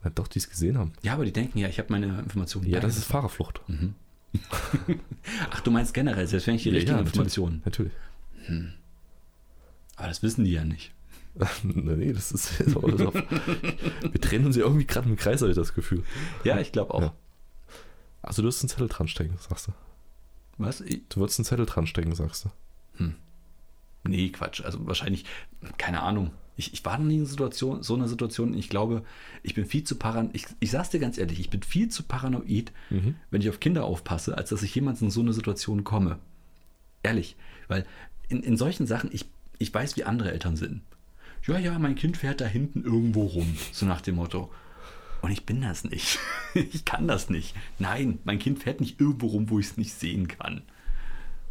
Speaker 1: Na, doch, die es gesehen haben.
Speaker 2: Ja, aber die denken ja, ich habe meine Informationen.
Speaker 1: Ja,
Speaker 2: bei
Speaker 1: das
Speaker 2: mir.
Speaker 1: ist Fahrerflucht.
Speaker 2: Ach, du meinst generell, selbst wenn ich die richtigen
Speaker 1: ja,
Speaker 2: Informationen.
Speaker 1: Natürlich.
Speaker 2: Aber das wissen die ja nicht.
Speaker 1: Na, nee, das ist. das ist auch- das ist auch- Wir drehen uns ja irgendwie gerade im Kreis, habe ich das Gefühl.
Speaker 2: Ja, ich glaube auch.
Speaker 1: Ja. Also, du wirst einen Zettel dran stecken, sagst du.
Speaker 2: Was? Ich-
Speaker 1: Du wirst einen Zettel dran stecken, sagst du.
Speaker 2: Nee, Quatsch. Also wahrscheinlich, keine Ahnung. Ich, ich war noch nie in Situation, so einer Situation. Ich glaube, ich bin viel zu paranoid. Ich, ich sag's dir ganz ehrlich, ich bin viel zu paranoid, wenn ich auf Kinder aufpasse, als dass ich jemals in so eine Situation komme. Ehrlich. Weil in, in solchen Sachen, ich, ich weiß, wie andere Eltern sind. Ja, ja, mein Kind fährt da hinten irgendwo rum. So nach dem Motto. Und ich bin das nicht. Ich kann das nicht. Nein, mein Kind fährt nicht irgendwo rum, wo ich es nicht sehen kann.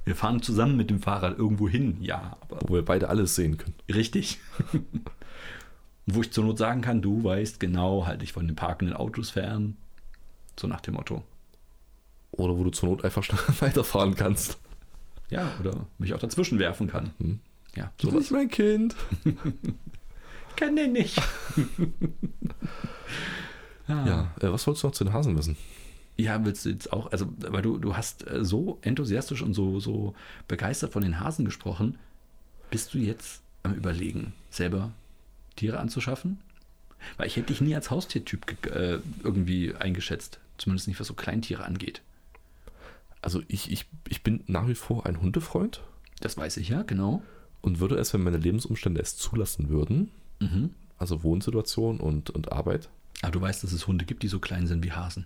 Speaker 2: Wir fahren zusammen mit dem Fahrrad irgendwo hin, ja, aber
Speaker 1: Wo wir beide alles sehen können.
Speaker 2: richtig. Wo ich zur Not sagen kann, du weißt genau, halt dich von den parkenden Autos fern. So nach dem Motto.
Speaker 1: Oder wo du zur Not einfach schnell weiterfahren kannst.
Speaker 2: Ja, oder mich auch dazwischen werfen kann. Ja,
Speaker 1: Du
Speaker 2: sowas.
Speaker 1: bist mein Kind.
Speaker 2: Ich kann den nicht. ah.
Speaker 1: Ja, äh, was wolltest du noch zu den Hasen wissen?
Speaker 2: Ja, willst du jetzt auch, also, weil du, du hast äh, so enthusiastisch und so, so begeistert von den Hasen gesprochen, bist du jetzt am Überlegen, selber Tiere anzuschaffen? Weil ich hätte dich nie als Haustiertyp ge- äh, irgendwie eingeschätzt. Zumindest nicht, was so Kleintiere angeht.
Speaker 1: Also, ich, ich, ich bin nach wie vor ein Hundefreund
Speaker 2: Das weiß ich ja, genau.
Speaker 1: und würde es, wenn meine Lebensumstände es zulassen würden,
Speaker 2: Mhm.
Speaker 1: also Wohnsituation und, und Arbeit.
Speaker 2: Aber du weißt, dass es Hunde gibt, die so klein sind wie Hasen.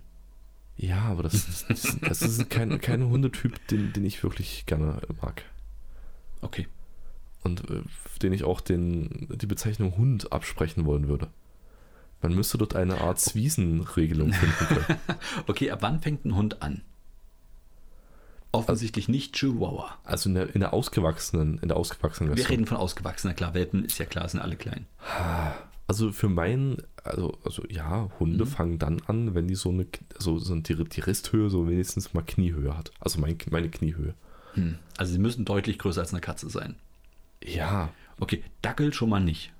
Speaker 1: Ja, aber das, das, das ist kein, kein Hundetyp, den, den ich wirklich gerne mag.
Speaker 2: Okay.
Speaker 1: und äh, den ich auch den, die Bezeichnung Hund absprechen wollen würde. Man müsste dort eine Art Zwiesenregelung finden können.
Speaker 2: Okay, ab wann fängt ein Hund an? Offensichtlich nicht Chihuahua.
Speaker 1: Also in der, in der ausgewachsenen, in der ausgewachsenen
Speaker 2: Wir
Speaker 1: Version.
Speaker 2: reden von ausgewachsener, klar, Welpen ist ja klar, sind alle klein.
Speaker 1: Also für meinen, also, also ja,
Speaker 2: Mhm.
Speaker 1: Hunde fangen dann an, wenn die so eine, also so eine Tier- die Risthöhe so wenigstens mal Kniehöhe hat. Also mein, meine Kniehöhe.
Speaker 2: Hm. Also sie müssen deutlich größer als eine Katze sein.
Speaker 1: Ja,
Speaker 2: Okay, Dackel schon mal nicht.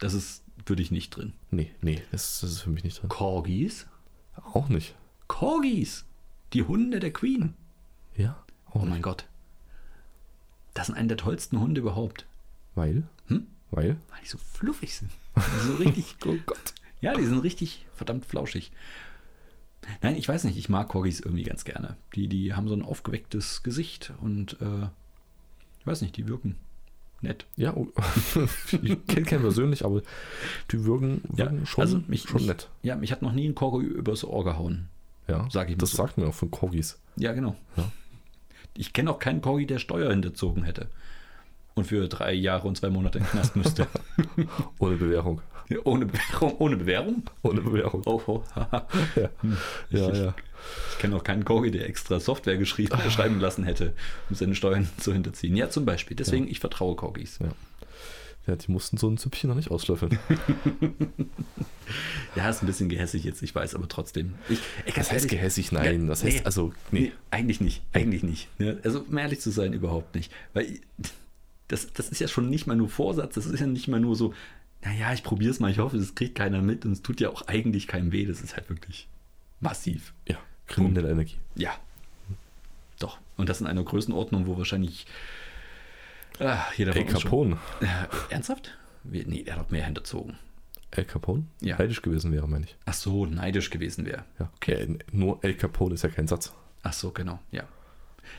Speaker 2: Das ist, würde ich nicht drin.
Speaker 1: nee, nee, das, das ist für mich nicht drin.
Speaker 2: Corgis?
Speaker 1: Auch nicht.
Speaker 2: Corgis! Die Hunde der Queen.
Speaker 1: Ja, auch
Speaker 2: Oh
Speaker 1: nicht.
Speaker 2: mein Gott. Das sind einen der tollsten Hunde überhaupt.
Speaker 1: Weil?
Speaker 2: Hm?
Speaker 1: Weil?
Speaker 2: Weil die so fluffig sind. Die sind so richtig. oh Gott. Ja, die sind richtig verdammt flauschig. Nein, ich weiß nicht, ich mag Corgis irgendwie ganz gerne. Die, die haben so ein aufgewecktes Gesicht und äh, ich weiß nicht, die wirken nett.
Speaker 1: Ja, oh, ich kenne keinen persönlich, aber die wirken, wirken schon, schon
Speaker 2: also mich,
Speaker 1: nett.
Speaker 2: Ja, mich hat noch nie ein Corgi übers Ohr gehauen.
Speaker 1: Ja,
Speaker 2: Sag ich mal
Speaker 1: das
Speaker 2: so.
Speaker 1: sagt man auch von Corgis.
Speaker 2: Ja, genau.
Speaker 1: Ja.
Speaker 2: Ich kenne auch keinen Corgi, der Steuer hinterzogen hätte. Und für drei Jahre und zwei Monate in den Knast müsste.
Speaker 1: Ohne Bewährung.
Speaker 2: ohne Bewährung. Ohne Bewährung? Hm.
Speaker 1: Ohne Bewährung.
Speaker 2: Oh, oh. haha.
Speaker 1: Ja, ja.
Speaker 2: ich-
Speaker 1: ja.
Speaker 2: ich kenne auch keinen Corgi, der extra Software geschrieben, schreiben lassen hätte, um seine Steuern zu hinterziehen. Ja, zum Beispiel. Deswegen, ich vertraue Corgis.
Speaker 1: ja die mussten so ein Züppchen noch nicht auslöffeln.
Speaker 2: Ja, ist ein bisschen gehässig jetzt, ich weiß, aber trotzdem. Ich, ey, ganz ehrlich-
Speaker 1: gehässig,
Speaker 2: Ja,
Speaker 1: Das heißt,
Speaker 2: nee.
Speaker 1: also,
Speaker 2: Nee.
Speaker 1: nee.
Speaker 2: eigentlich nicht. Eigentlich nicht. Ne? Also, um ehrlich zu sein, überhaupt nicht. Weil ich- das, das ist ja schon nicht mal nur Vorsatz, das ist ja nicht mal nur so, naja, ich probiere es mal, ich hoffe, das kriegt keiner mit und es tut ja auch eigentlich keinem weh. Das ist halt wirklich massiv.
Speaker 1: Ja, kriminelle Energie.
Speaker 2: Ja. Doch. Und das in einer Größenordnung, wo wahrscheinlich ah, jeder
Speaker 1: El
Speaker 2: uns schon-
Speaker 1: Capone.
Speaker 2: Äh, ernsthaft? Wir, nee, der hat doch mehr hinterzogen.
Speaker 1: El Capone?
Speaker 2: Ja.
Speaker 1: Heidisch gewesen wäre, meine ich.
Speaker 2: Ach so, neidisch gewesen wäre.
Speaker 1: Ja. Okay. Nur El Capone ist ja kein Satz.
Speaker 2: Ach so, genau, ja.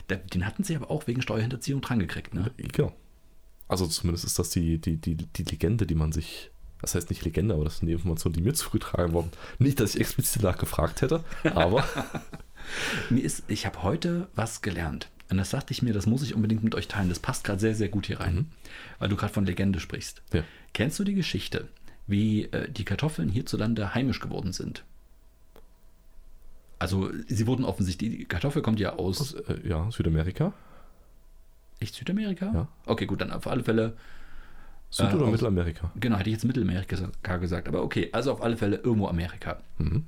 Speaker 2: Der, den hatten sie aber auch wegen Steuerhinterziehung drangekriegt, ne?
Speaker 1: Genau. Also zumindest ist das die, die, die, die Legende, die man sich. Das heißt nicht Legende, aber das sind die Informationen, die mir zugetragen wurden. Nicht, dass ich explizit nachgefragt hätte, aber
Speaker 2: Mir ist, ich habe heute was gelernt. Und das dachte ich mir, das muss ich unbedingt mit euch teilen. Das passt gerade sehr, sehr gut hier rein,
Speaker 1: Mhm.
Speaker 2: weil du gerade von Legende sprichst.
Speaker 1: Ja.
Speaker 2: Kennst du die Geschichte, wie äh, die Kartoffeln hierzulande heimisch geworden sind? Also sie wurden offensichtlich, die Kartoffel kommt ja aus,
Speaker 1: Aus, äh, ja, Südamerika.
Speaker 2: echt Südamerika?
Speaker 1: Ja.
Speaker 2: Okay, gut, dann auf alle Fälle
Speaker 1: Süd-
Speaker 2: Äh,
Speaker 1: oder
Speaker 2: aus-
Speaker 1: Mittelamerika.
Speaker 2: Genau, hätte ich jetzt Mittelamerika gesagt, aber okay, also auf alle Fälle irgendwo Amerika.
Speaker 1: Mhm.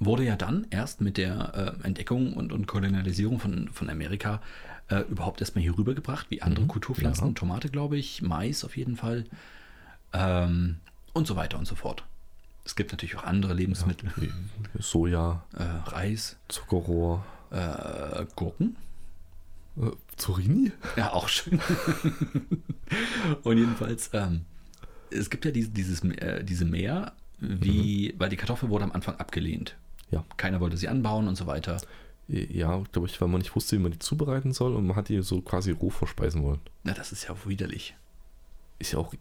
Speaker 2: Wurde ja dann erst mit der äh, Entdeckung und, und Kolonialisierung von, von Amerika äh, überhaupt erstmal hier rübergebracht, wie andere
Speaker 1: Mhm,
Speaker 2: Kulturpflanzen,
Speaker 1: ja.
Speaker 2: Tomate, glaube ich, Mais auf jeden Fall ähm, und so weiter und so fort. Es gibt natürlich auch andere Lebensmittel,
Speaker 1: Wie Soja,
Speaker 2: äh, Reis,
Speaker 1: Zuckerrohr,
Speaker 2: äh, Gurken,
Speaker 1: äh, Zucchini?
Speaker 2: Ja, auch schön. und jedenfalls, ähm, es gibt ja diese, dieses, äh, diese Meer, wie, weil die Kartoffel wurde am Anfang abgelehnt.
Speaker 1: Ja.
Speaker 2: Keiner wollte sie anbauen und so weiter.
Speaker 1: Ja, glaube ich, weil man nicht wusste, wie man die zubereiten soll und man hat die so quasi roh verspeisen wollen.
Speaker 2: Na, das ist ja widerlich.
Speaker 1: Ist ja auch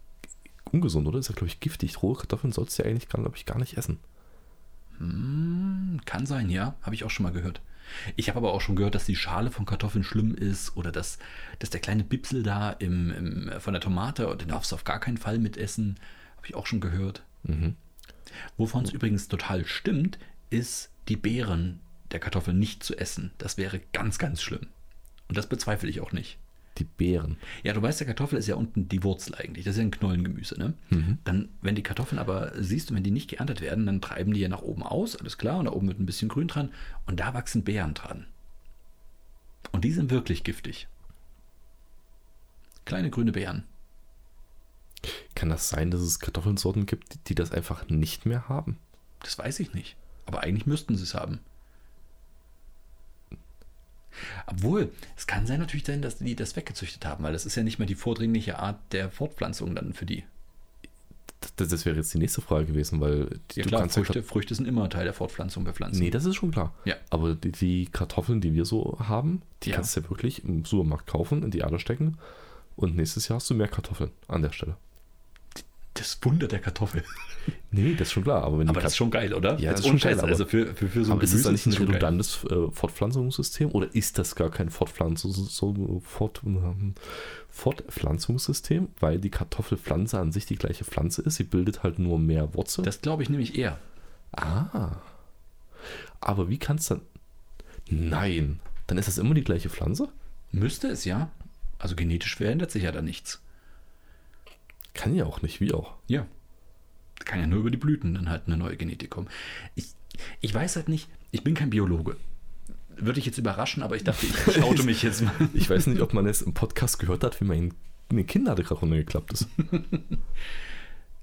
Speaker 1: ungesund, oder? Ist ja, glaube ich, giftig. Rohe Kartoffeln sollst du ja eigentlich, glaube ich, gar nicht essen.
Speaker 2: Hm, kann sein, ja. Habe ich auch schon mal gehört. Ich habe aber auch schon gehört, dass die Schale von Kartoffeln schlimm ist oder dass, dass der kleine Bipsel da im, im, äh, von der Tomate, und den darfst du auf gar keinen Fall mitessen. Habe ich auch schon gehört.
Speaker 1: Mhm.
Speaker 2: Wovon es übrigens total stimmt, ist, die Beeren der Kartoffel nicht zu essen. Das wäre ganz, ganz schlimm. Und das bezweifle ich auch nicht.
Speaker 1: Die Beeren.
Speaker 2: Ja, du weißt, der Kartoffel ist ja unten die Wurzel eigentlich. Das ist ja ein Knollengemüse, ne? Dann, wenn die Kartoffeln aber siehst und wenn die nicht geerntet werden, dann treiben die ja nach oben aus, alles klar, und da oben wird ein bisschen grün dran und da wachsen Beeren dran. Und die sind wirklich giftig. Kleine grüne Beeren.
Speaker 1: Kann das sein, dass es Kartoffelsorten gibt, die, die das einfach nicht mehr haben?
Speaker 2: Das weiß ich nicht. Aber eigentlich müssten sie es haben. Obwohl, es kann sein natürlich sein, dass die das weggezüchtet haben, weil das ist ja nicht mehr die vordringliche Art der Fortpflanzung dann für die.
Speaker 1: Das, das wäre jetzt die nächste Frage gewesen, weil die-
Speaker 2: Ja klar,
Speaker 1: ja
Speaker 2: Früchte, Früchte sind immer Teil der Fortpflanzung bei Pflanzen.
Speaker 1: Nee, das ist schon klar.
Speaker 2: Ja.
Speaker 1: Aber die, die Kartoffeln, die wir so haben, die
Speaker 2: Ja.
Speaker 1: kannst du ja wirklich im Supermarkt kaufen, in die Erde stecken und nächstes Jahr hast du mehr Kartoffeln an der Stelle.
Speaker 2: Das Wunder der Kartoffel.
Speaker 1: Nee, das ist schon klar. Aber wenn die
Speaker 2: Aber das ist schon geil, oder?
Speaker 1: Ja, das ist
Speaker 2: ohne
Speaker 1: schon geil,
Speaker 2: Scheiß,
Speaker 1: aber-
Speaker 2: Also für, für, für so ein
Speaker 1: aber ist das
Speaker 2: Gemüse
Speaker 1: dann nicht ein
Speaker 2: schon geil.
Speaker 1: redundantes äh, Fortpflanzungssystem oder ist das gar kein Fortpflanzungs so, Fort, ähm, Fortpflanzungssystem, weil die Kartoffelpflanze an sich die gleiche Pflanze ist? Sie bildet halt nur mehr Wurzeln.
Speaker 2: Das glaube ich nämlich eher.
Speaker 1: ah. Aber wie kannst dann. Nein. Dann ist das immer die gleiche Pflanze?
Speaker 2: Müsste es ja. Also genetisch verändert sich ja da nichts.
Speaker 1: Kann ja auch nicht, wie auch.
Speaker 2: Ja. Kann ja nur über die Blüten dann halt eine neue Genetik kommen. Ich, ich weiß halt nicht, ich bin kein Biologe. Würde ich jetzt überraschen, aber ich dachte, ich, ich oute mich jetzt mal.
Speaker 1: Ich weiß nicht, ob man es im Podcast gehört hat, wie mein eine Kinderkrachunde geklappt ist.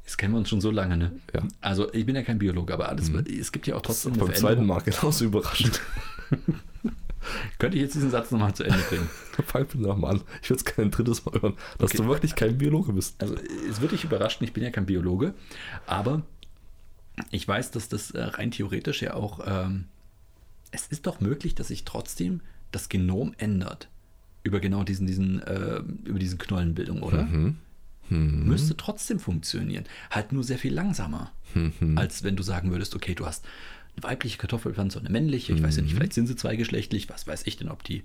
Speaker 2: Jetzt kennen wir uns schon so lange, ne?
Speaker 1: Ja.
Speaker 2: Also ich bin ja kein Biologe, aber alles, es gibt ja auch trotzdem eine
Speaker 1: Beim zweiten
Speaker 2: Veränderung.
Speaker 1: Mal genauso überraschend.
Speaker 2: Könnte ich jetzt diesen Satz nochmal zu Ende bringen?
Speaker 1: Fang mir nochmal an. Ich will es kein drittes Mal hören, dass
Speaker 2: Okay.
Speaker 1: du wirklich kein Biologe bist.
Speaker 2: Also es würde dich überraschen, ich bin ja kein Biologe, aber ich weiß, dass das äh, rein theoretisch ja auch, ähm, es ist doch möglich, dass sich trotzdem das Genom ändert über genau diesen, diesen, äh, über diesen Knollenbildung, oder? Müsste trotzdem funktionieren, halt nur sehr viel langsamer, als wenn du sagen würdest, okay, du hast eine weibliche Kartoffelpflanze und eine männliche, ich weiß ja nicht, vielleicht sind sie zweigeschlechtlich, was weiß ich denn, ob die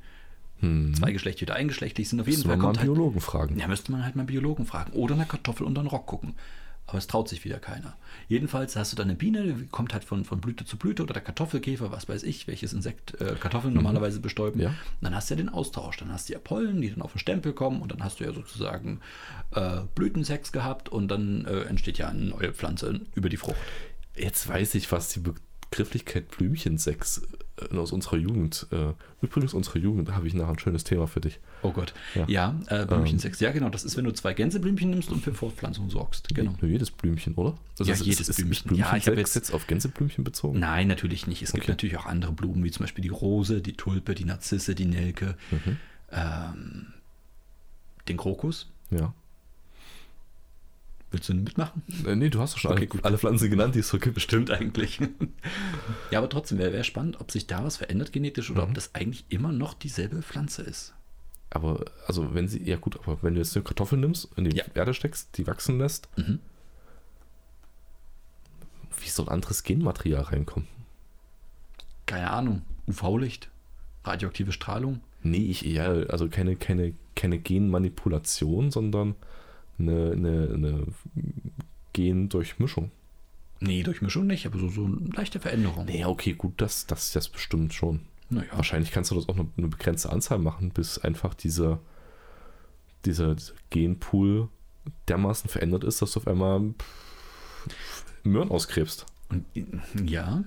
Speaker 2: zweigeschlechtlich oder eingeschlechtlich sind, auf jeden
Speaker 1: Müssen wir
Speaker 2: Fall
Speaker 1: mal einen
Speaker 2: kommt halt
Speaker 1: Biologen fragen.
Speaker 2: ja, müsste man halt mal einen Biologen fragen. Oder eine Kartoffel unter den Rock gucken. Aber es traut sich wieder keiner. Jedenfalls hast du da eine Biene, die kommt halt von, von Blüte zu Blüte oder der Kartoffelkäfer, was weiß ich, welches Insekt äh, Kartoffeln normalerweise bestäuben.
Speaker 1: Mhm. Ja.
Speaker 2: Und dann hast du ja den Austausch. Dann hast du ja Pollen, die dann auf den Stempel kommen und dann hast du ja sozusagen äh, Blütensex gehabt und dann äh, entsteht ja eine neue Pflanze über die Frucht.
Speaker 1: Jetzt weiß ich, was die Begrifflichkeit Blümchensex äh, aus unserer Jugend. Äh, übrigens, unsere Jugend habe ich nachher ein schönes Thema für dich.
Speaker 2: Oh Gott.
Speaker 1: Ja. Ähm.
Speaker 2: Ja, äh, Blümchensex. Ja, genau. Das ist, wenn du zwei Gänseblümchen nimmst und für Fortpflanzung sorgst. Genau.
Speaker 1: Nur jedes Blümchen, oder?
Speaker 2: Ja,
Speaker 1: es- es-
Speaker 2: jedes
Speaker 1: es-
Speaker 2: Blümchen.
Speaker 1: Blümchensex
Speaker 2: Ja, ich habe
Speaker 1: jetzt,
Speaker 2: jetzt-
Speaker 1: auf Gänseblümchen bezogen.
Speaker 2: Nein, natürlich nicht. Es gibt
Speaker 1: Okay.
Speaker 2: natürlich auch andere Blumen, wie zum Beispiel die Rose, die Tulpe, die Narzisse, die Nelke,
Speaker 1: Mhm.
Speaker 2: ähm, den Krokus.
Speaker 1: Ja.
Speaker 2: Willst du den mitmachen?
Speaker 1: Äh, nee, du hast doch schon
Speaker 2: Okay,
Speaker 1: alle,
Speaker 2: gut.
Speaker 1: alle Pflanzen genannt, die es so gibt.
Speaker 2: Bestimmt eigentlich. ja, aber trotzdem wäre wär spannend, ob sich da was verändert genetisch oder
Speaker 1: Mhm.
Speaker 2: ob das eigentlich immer noch dieselbe Pflanze ist.
Speaker 1: Aber, also, wenn sie, ja gut, aber wenn du jetzt eine Kartoffel nimmst, in die
Speaker 2: Ja.
Speaker 1: Erde steckst, die wachsen lässt,
Speaker 2: Mhm.
Speaker 1: wie soll anderes Genmaterial reinkommen?
Speaker 2: Keine Ahnung. UV-Licht, radioaktive Strahlung.
Speaker 1: Nee, ich, ja, also keine, keine, keine Genmanipulation, sondern eine, eine, eine Gendurchmischung.
Speaker 2: Nee, Durchmischung nicht, aber so, so eine leichte Veränderung.
Speaker 1: Nee, okay, gut, das, das, das bestimmt schon.
Speaker 2: Naja,
Speaker 1: Wahrscheinlich kannst du das auch eine, eine begrenzte Anzahl machen, bis einfach dieser, dieser, dieser Genpool dermaßen verändert ist, dass du auf einmal pff, Möhren auskrebst.
Speaker 2: Und, ja,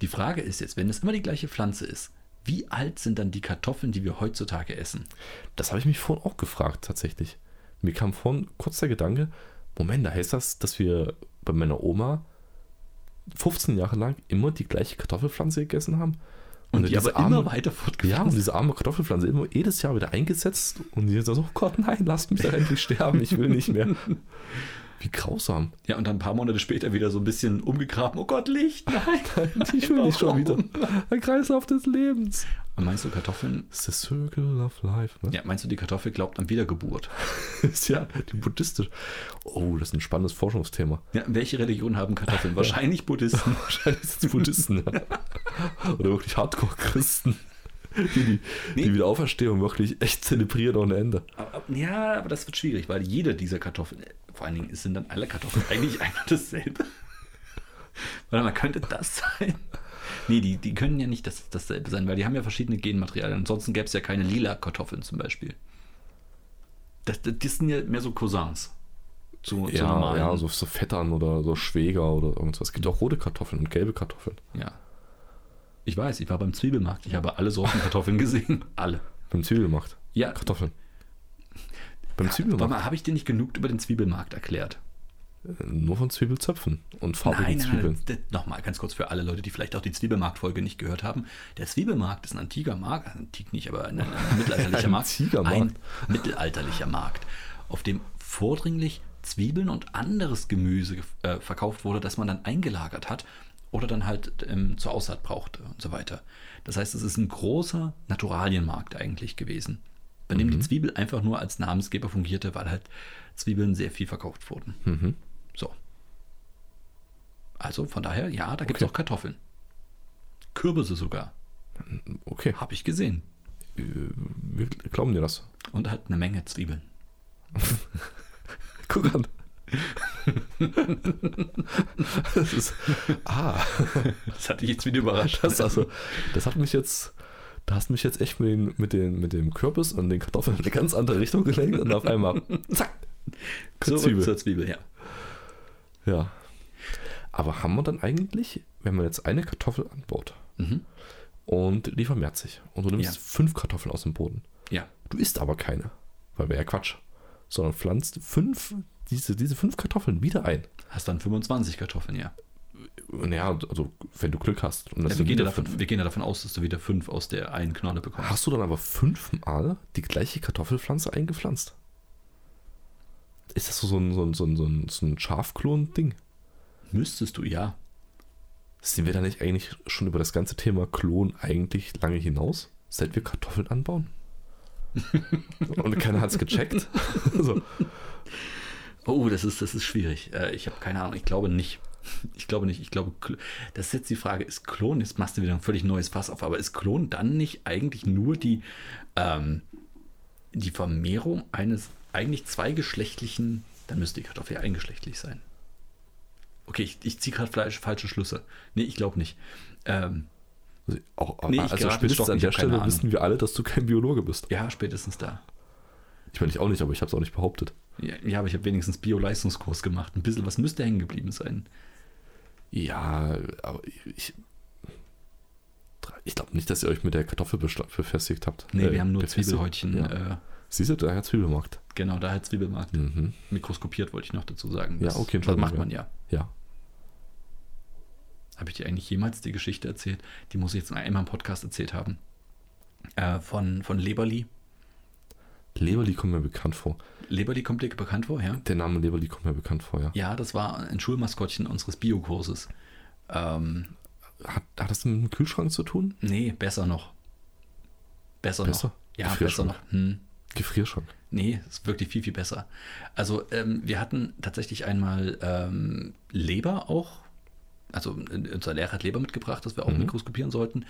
Speaker 2: die Frage ist jetzt, wenn es immer die gleiche Pflanze ist, wie alt sind dann die Kartoffeln, die wir heutzutage essen?
Speaker 1: Das habe ich mich vorhin auch gefragt, tatsächlich. Mir kam vorhin kurz der Gedanke, Moment, da heißt das, dass wir bei meiner Oma 15 Jahre lang immer die gleiche Kartoffelpflanze gegessen haben?
Speaker 2: Und, die
Speaker 1: diese
Speaker 2: aber immer
Speaker 1: arme-
Speaker 2: weiter
Speaker 1: Ja,
Speaker 2: fortgeführt.
Speaker 1: und diese arme Kartoffelpflanze immer jedes Jahr wieder eingesetzt und jetzt so, oh Gott, nein, lasst mich doch endlich sterben, ich will nicht mehr. Wie grausam.
Speaker 2: Ja, und dann ein paar Monate später wieder so ein bisschen umgegraben. Oh Gott, Licht, nein.
Speaker 1: Ich will nicht schon wieder.
Speaker 2: Warum?
Speaker 1: Der Kreislauf des Lebens.
Speaker 2: Und meinst du, Kartoffeln?
Speaker 1: Das ist der Circle of Life, ne?
Speaker 2: Ja, meinst du, die Kartoffel glaubt an Wiedergeburt?
Speaker 1: Ist ja die buddhistische. Oh, das ist ein spannendes Forschungsthema.
Speaker 2: Ja, welche Religion haben Kartoffeln? Wahrscheinlich Buddhisten.
Speaker 1: Wahrscheinlich sind es Buddhisten, ja. Oder wirklich Hardcore-Christen. Die, die,
Speaker 2: Nee.
Speaker 1: die Wiederauferstehung wirklich echt zelebrieren ohne Ende.
Speaker 2: Aber- Ja, aber das wird schwierig, weil jede dieser Kartoffeln, vor allen Dingen sind dann alle Kartoffeln eigentlich ein und dasselbe. Warte mal, könnte das sein? Nee, die, die können ja nicht das, dasselbe sein, weil die haben ja verschiedene Genmaterialien. Ansonsten gäbe es ja keine lila Kartoffeln zum Beispiel. Das, das, das sind ja mehr so Cousins. Zu, zu
Speaker 1: ja,
Speaker 2: normalen.
Speaker 1: ja, so, so Vettern oder so Schwäger oder irgendwas. Es gibt auch rote Kartoffeln und gelbe Kartoffeln.
Speaker 2: ja. Ich weiß, ich war beim Zwiebelmarkt. Ich habe alle Sorten Kartoffeln gesehen. Alle.
Speaker 1: Beim Zwiebelmarkt.
Speaker 2: Ja,
Speaker 1: Kartoffeln. Beim
Speaker 2: warte
Speaker 1: Zwiebelmarkt.
Speaker 2: mal, habe ich dir nicht genug über den Zwiebelmarkt erklärt?
Speaker 1: Äh, Nur von Zwiebelzöpfen und farbigen
Speaker 2: Nein, nein,
Speaker 1: Zwiebeln.
Speaker 2: nein. das- Nochmal ganz kurz für alle Leute, die vielleicht auch die Zwiebelmarktfolge nicht gehört haben. Der Zwiebelmarkt ist ein antiker Markt, also antik nicht, aber ein, ein mittelalterlicher
Speaker 1: Ein
Speaker 2: Markt.
Speaker 1: Tigermarkt.
Speaker 2: Ein mittelalterlicher Markt, auf dem vordringlich Zwiebeln und anderes Gemüse äh, verkauft wurde, das man dann eingelagert hat oder dann halt ähm, zur Aussaat brauchte und so weiter. Das heißt, es ist ein großer Naturalienmarkt eigentlich gewesen, bei dem
Speaker 1: Mhm.
Speaker 2: die Zwiebel einfach nur als Namensgeber fungierte, weil halt Zwiebeln sehr viel verkauft wurden.
Speaker 1: Mhm.
Speaker 2: So. Also von daher, ja, da gibt es
Speaker 1: Okay.
Speaker 2: auch Kartoffeln. Kürbisse sogar.
Speaker 1: Okay,
Speaker 2: Habe ich gesehen.
Speaker 1: äh, wir glauben dir das.
Speaker 2: Und halt eine Menge Zwiebeln.
Speaker 1: Guck an. das ist. Ah,
Speaker 2: Das hatte ich jetzt wieder überrascht.
Speaker 1: das, also, das hat mich jetzt. Da hast du mich jetzt echt mit, den, mit, den, mit dem Kürbis und den Kartoffeln in eine ganz andere Richtung gelenkt und auf einmal zack.
Speaker 2: Zurück
Speaker 1: Zwiebel.
Speaker 2: zur Zwiebel, ja.
Speaker 1: Ja. Aber haben wir dann eigentlich, wenn man jetzt eine Kartoffel anbaut
Speaker 2: Mhm.
Speaker 1: und die vermehrt sich und du nimmst
Speaker 2: Ja.
Speaker 1: fünf Kartoffeln aus dem Boden,
Speaker 2: Ja.
Speaker 1: du isst aber keine, weil wäre ja Quatsch, sondern pflanzt fünf, diese, diese fünf Kartoffeln wieder ein.
Speaker 2: Hast dann 25 Kartoffeln, ja.
Speaker 1: Naja, also wenn du Glück hast. Und das
Speaker 2: ja
Speaker 1: sind
Speaker 2: wir, gehen
Speaker 1: wieder
Speaker 2: ja davon, wir gehen ja davon aus, dass du wieder fünf aus der einen Knolle bekommst.
Speaker 1: Hast du dann aber fünfmal die gleiche Kartoffelpflanze eingepflanzt? Ist das so ein, so ein, so ein, so ein, so ein Schafklon-Ding?
Speaker 2: Müsstest du, ja.
Speaker 1: Sind wir da nicht eigentlich schon über das ganze Thema Klon eigentlich lange hinaus? Seit wir Kartoffeln anbauen? Und keiner hat es gecheckt? so. Also,
Speaker 2: Oh, das ist, das ist schwierig. Äh, ich habe keine Ahnung. Ich glaube nicht. Ich glaube nicht. Ich glaube, Kl- das ist jetzt die Frage, ist Klon, jetzt machst du wieder ein völlig neues Fass auf, aber ist Klon dann nicht eigentlich nur die, ähm, die Vermehrung eines eigentlich zweigeschlechtlichen, dann müsste die Kartoffel ja eingeschlechtlich sein. Okay, ich, ich ziehe gerade falsche Schlüsse. Nee, ich glaube nicht. Ähm,
Speaker 1: Also, auch,
Speaker 2: Nee, ich
Speaker 1: also
Speaker 2: gerade
Speaker 1: spätestens
Speaker 2: stocken,
Speaker 1: an
Speaker 2: ich
Speaker 1: der
Speaker 2: hab keine
Speaker 1: Stelle
Speaker 2: Ahnung.
Speaker 1: wissen wir alle, dass du kein Biologe bist.
Speaker 2: ja, spätestens da.
Speaker 1: Ich meine, ich auch nicht, aber ich habe es auch nicht behauptet.
Speaker 2: Ja, ja aber ich habe wenigstens Bio-Leistungskurs gemacht. Ein bisschen was müsste hängen geblieben sein.
Speaker 1: Ja, aber ich. Ich glaube nicht, dass ihr euch mit der Kartoffel besta- befestigt habt.
Speaker 2: Nee,
Speaker 1: Äh,
Speaker 2: wir haben nur
Speaker 1: befestigt.
Speaker 2: Zwiebelhäutchen.
Speaker 1: Ja.
Speaker 2: Äh,
Speaker 1: Siehst du, daher Zwiebelmarkt.
Speaker 2: genau, daher Zwiebelmarkt.
Speaker 1: Mhm.
Speaker 2: mikroskopiert, wollte ich noch dazu sagen.
Speaker 1: Ja, okay,
Speaker 2: Das
Speaker 1: Entschuldigung,
Speaker 2: macht man ja.
Speaker 1: Ja.
Speaker 2: Habe ich dir eigentlich jemals die Geschichte erzählt? Die muss ich jetzt einmal im Podcast erzählt haben. Äh, von, von Leberli.
Speaker 1: Leberli kommt mir bekannt vor.
Speaker 2: Leberli kommt dir bekannt vor, ja?
Speaker 1: Der Name Leberli kommt mir bekannt vor, ja.
Speaker 2: Ja, das war ein Schulmaskottchen unseres Biokurses. Ähm,
Speaker 1: Hat, hat das mit dem Kühlschrank zu tun?
Speaker 2: nee, besser noch. Besser,
Speaker 1: Besser?
Speaker 2: noch. Ja, besser
Speaker 1: Gefrierschrank.
Speaker 2: noch. Hm.
Speaker 1: Gefrierschrank.
Speaker 2: Nee, ist wirklich viel, viel besser. Also ähm, wir hatten tatsächlich einmal ähm, Leber auch. Also äh, unser Lehrer hat Leber mitgebracht, dass wir
Speaker 1: Mhm.
Speaker 2: auch mikroskopieren sollten.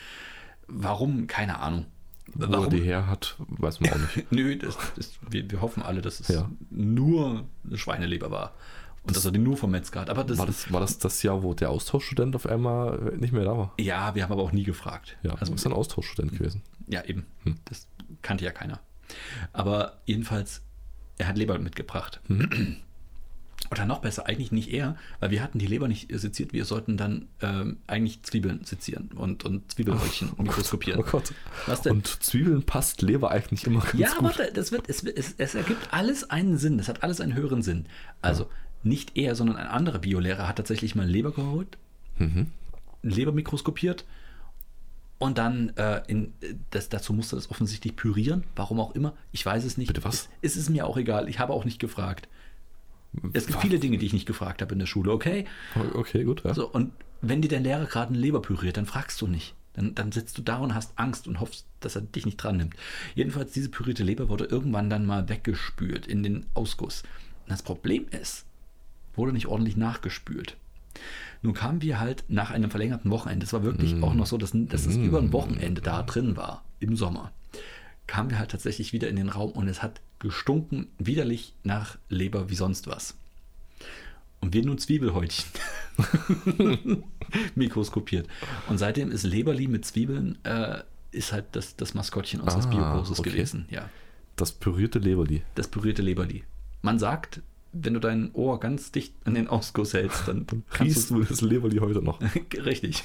Speaker 2: Warum? Keine Ahnung.
Speaker 1: Wo er die
Speaker 2: Warum?
Speaker 1: her hat, weiß man auch nicht.
Speaker 2: Nö, das ist, wir, wir hoffen alle, dass es
Speaker 1: Ja.
Speaker 2: nur eine Schweineleber war Und dass er die nur vom Metzger hat. Aber das,
Speaker 1: war, das, war das das Jahr, wo der Austauschstudent auf einmal nicht mehr da war?
Speaker 2: ja, wir haben aber auch nie gefragt.
Speaker 1: Ja, also
Speaker 2: also,
Speaker 1: ist ein Austauschstudent gewesen.
Speaker 2: ja eben.
Speaker 1: Hm.
Speaker 2: Das kannte ja keiner. Aber jedenfalls, er hat Leber mitgebracht.
Speaker 1: Hm.
Speaker 2: Oder noch besser, eigentlich nicht er, weil wir hatten die Leber nicht seziert. Wir sollten dann ähm, eigentlich Zwiebeln sezieren und, und Zwiebelröllchen mikroskopieren.
Speaker 1: Oh Gott.
Speaker 2: Was denn?
Speaker 1: Und Zwiebeln passt Leber eigentlich immer ganz
Speaker 2: Ja,
Speaker 1: gut.
Speaker 2: warte, das wird, es, wird- es, es ergibt alles einen Sinn. Das hat alles einen höheren Sinn. Also nicht er, sondern ein anderer Biolehrer hat tatsächlich mal Leber geholt,
Speaker 1: Mhm.
Speaker 2: Leber mikroskopiert und dann äh, in, das, dazu musste das offensichtlich pürieren. Warum auch immer, ich weiß es nicht.
Speaker 1: Bitte was?
Speaker 2: Es, es ist mir auch egal. Ich habe auch nicht gefragt. Es gibt viele Dinge, die ich nicht gefragt habe in der Schule, okay?
Speaker 1: Oh, Okay, gut. Ja.
Speaker 2: So, und wenn dir dein Lehrer gerade eine Leber püriert, dann fragst du nicht. Dann, dann sitzt du da und hast Angst und hoffst, dass er dich nicht dran nimmt. Jedenfalls, diese pürierte Leber wurde irgendwann dann mal weggespült in den Ausguss. Und das Problem ist, wurde nicht ordentlich nachgespült. Nun kamen wir halt nach einem verlängerten Wochenende, es war wirklich auch noch so, dass, dass es über ein Wochenende da drin war, im Sommer, kamen wir halt tatsächlich wieder in den Raum und es hat gestunken, widerlich nach Leber wie sonst was. Und wir nur Zwiebelhäutchen mikroskopiert. Und seitdem ist Leberli mit Zwiebeln äh, ist halt das, das Maskottchen unseres
Speaker 1: Ah,
Speaker 2: Biokurses
Speaker 1: okay.
Speaker 2: gewesen. Ja,
Speaker 1: Das pürierte Leberli.
Speaker 2: das pürierte Leberli. Man sagt, wenn du dein Ohr ganz dicht an den Ausguss hältst, dann
Speaker 1: Riechst
Speaker 2: kannst
Speaker 1: du
Speaker 2: du
Speaker 1: das Leberli heute noch?
Speaker 2: richtig.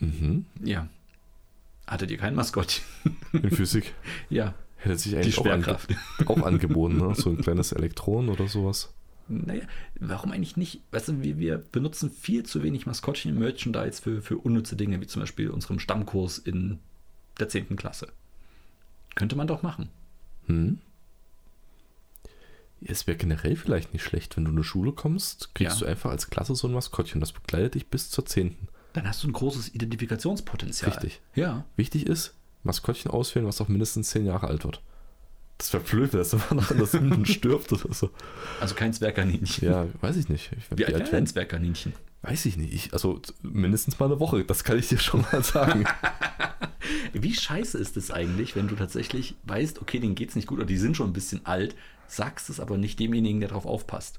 Speaker 1: Mhm.
Speaker 2: Ja. Hattet ihr kein Maskottchen?
Speaker 1: In Physik
Speaker 2: Ja,
Speaker 1: hätte sich
Speaker 2: die
Speaker 1: eigentlich auch, ange
Speaker 2: Schwerkraft.
Speaker 1: auch angeboten, ne? so ein kleines Elektron oder sowas.
Speaker 2: Naja, warum eigentlich nicht? Weißt du, wir, wir benutzen viel zu wenig Maskottchen im Merchandise für, für unnütze Dinge, wie zum Beispiel unserem Stammkurs in der 10. Klasse. Könnte man doch machen.
Speaker 1: Hm? Es wäre generell vielleicht nicht schlecht, wenn du in eine Schule kommst, kriegst
Speaker 2: Ja.
Speaker 1: du einfach als Klasse so ein Maskottchen. Das begleitet dich bis zur 10.
Speaker 2: Dann hast du ein großes Identifikationspotenzial.
Speaker 1: Richtig.
Speaker 2: Ja.
Speaker 1: Wichtig ist, Maskottchen auswählen, was auch mindestens 10 Jahre alt wird. Das wäre blöd, wenn das immer noch anders hinten stirbt oder so.
Speaker 2: Also kein Zwergkaninchen.
Speaker 1: Ja, weiß ich nicht. Ich,
Speaker 2: Wie alt
Speaker 1: alt
Speaker 2: wäre
Speaker 1: werden-
Speaker 2: ein Zwergkaninchen?
Speaker 1: Weiß ich nicht. Ich, also z- mindestens mal eine Woche, das kann ich dir schon mal sagen.
Speaker 2: Wie scheiße ist es eigentlich, wenn du tatsächlich weißt, okay, denen geht's nicht gut oder die sind schon ein bisschen alt, sagst es aber nicht demjenigen, der drauf aufpasst.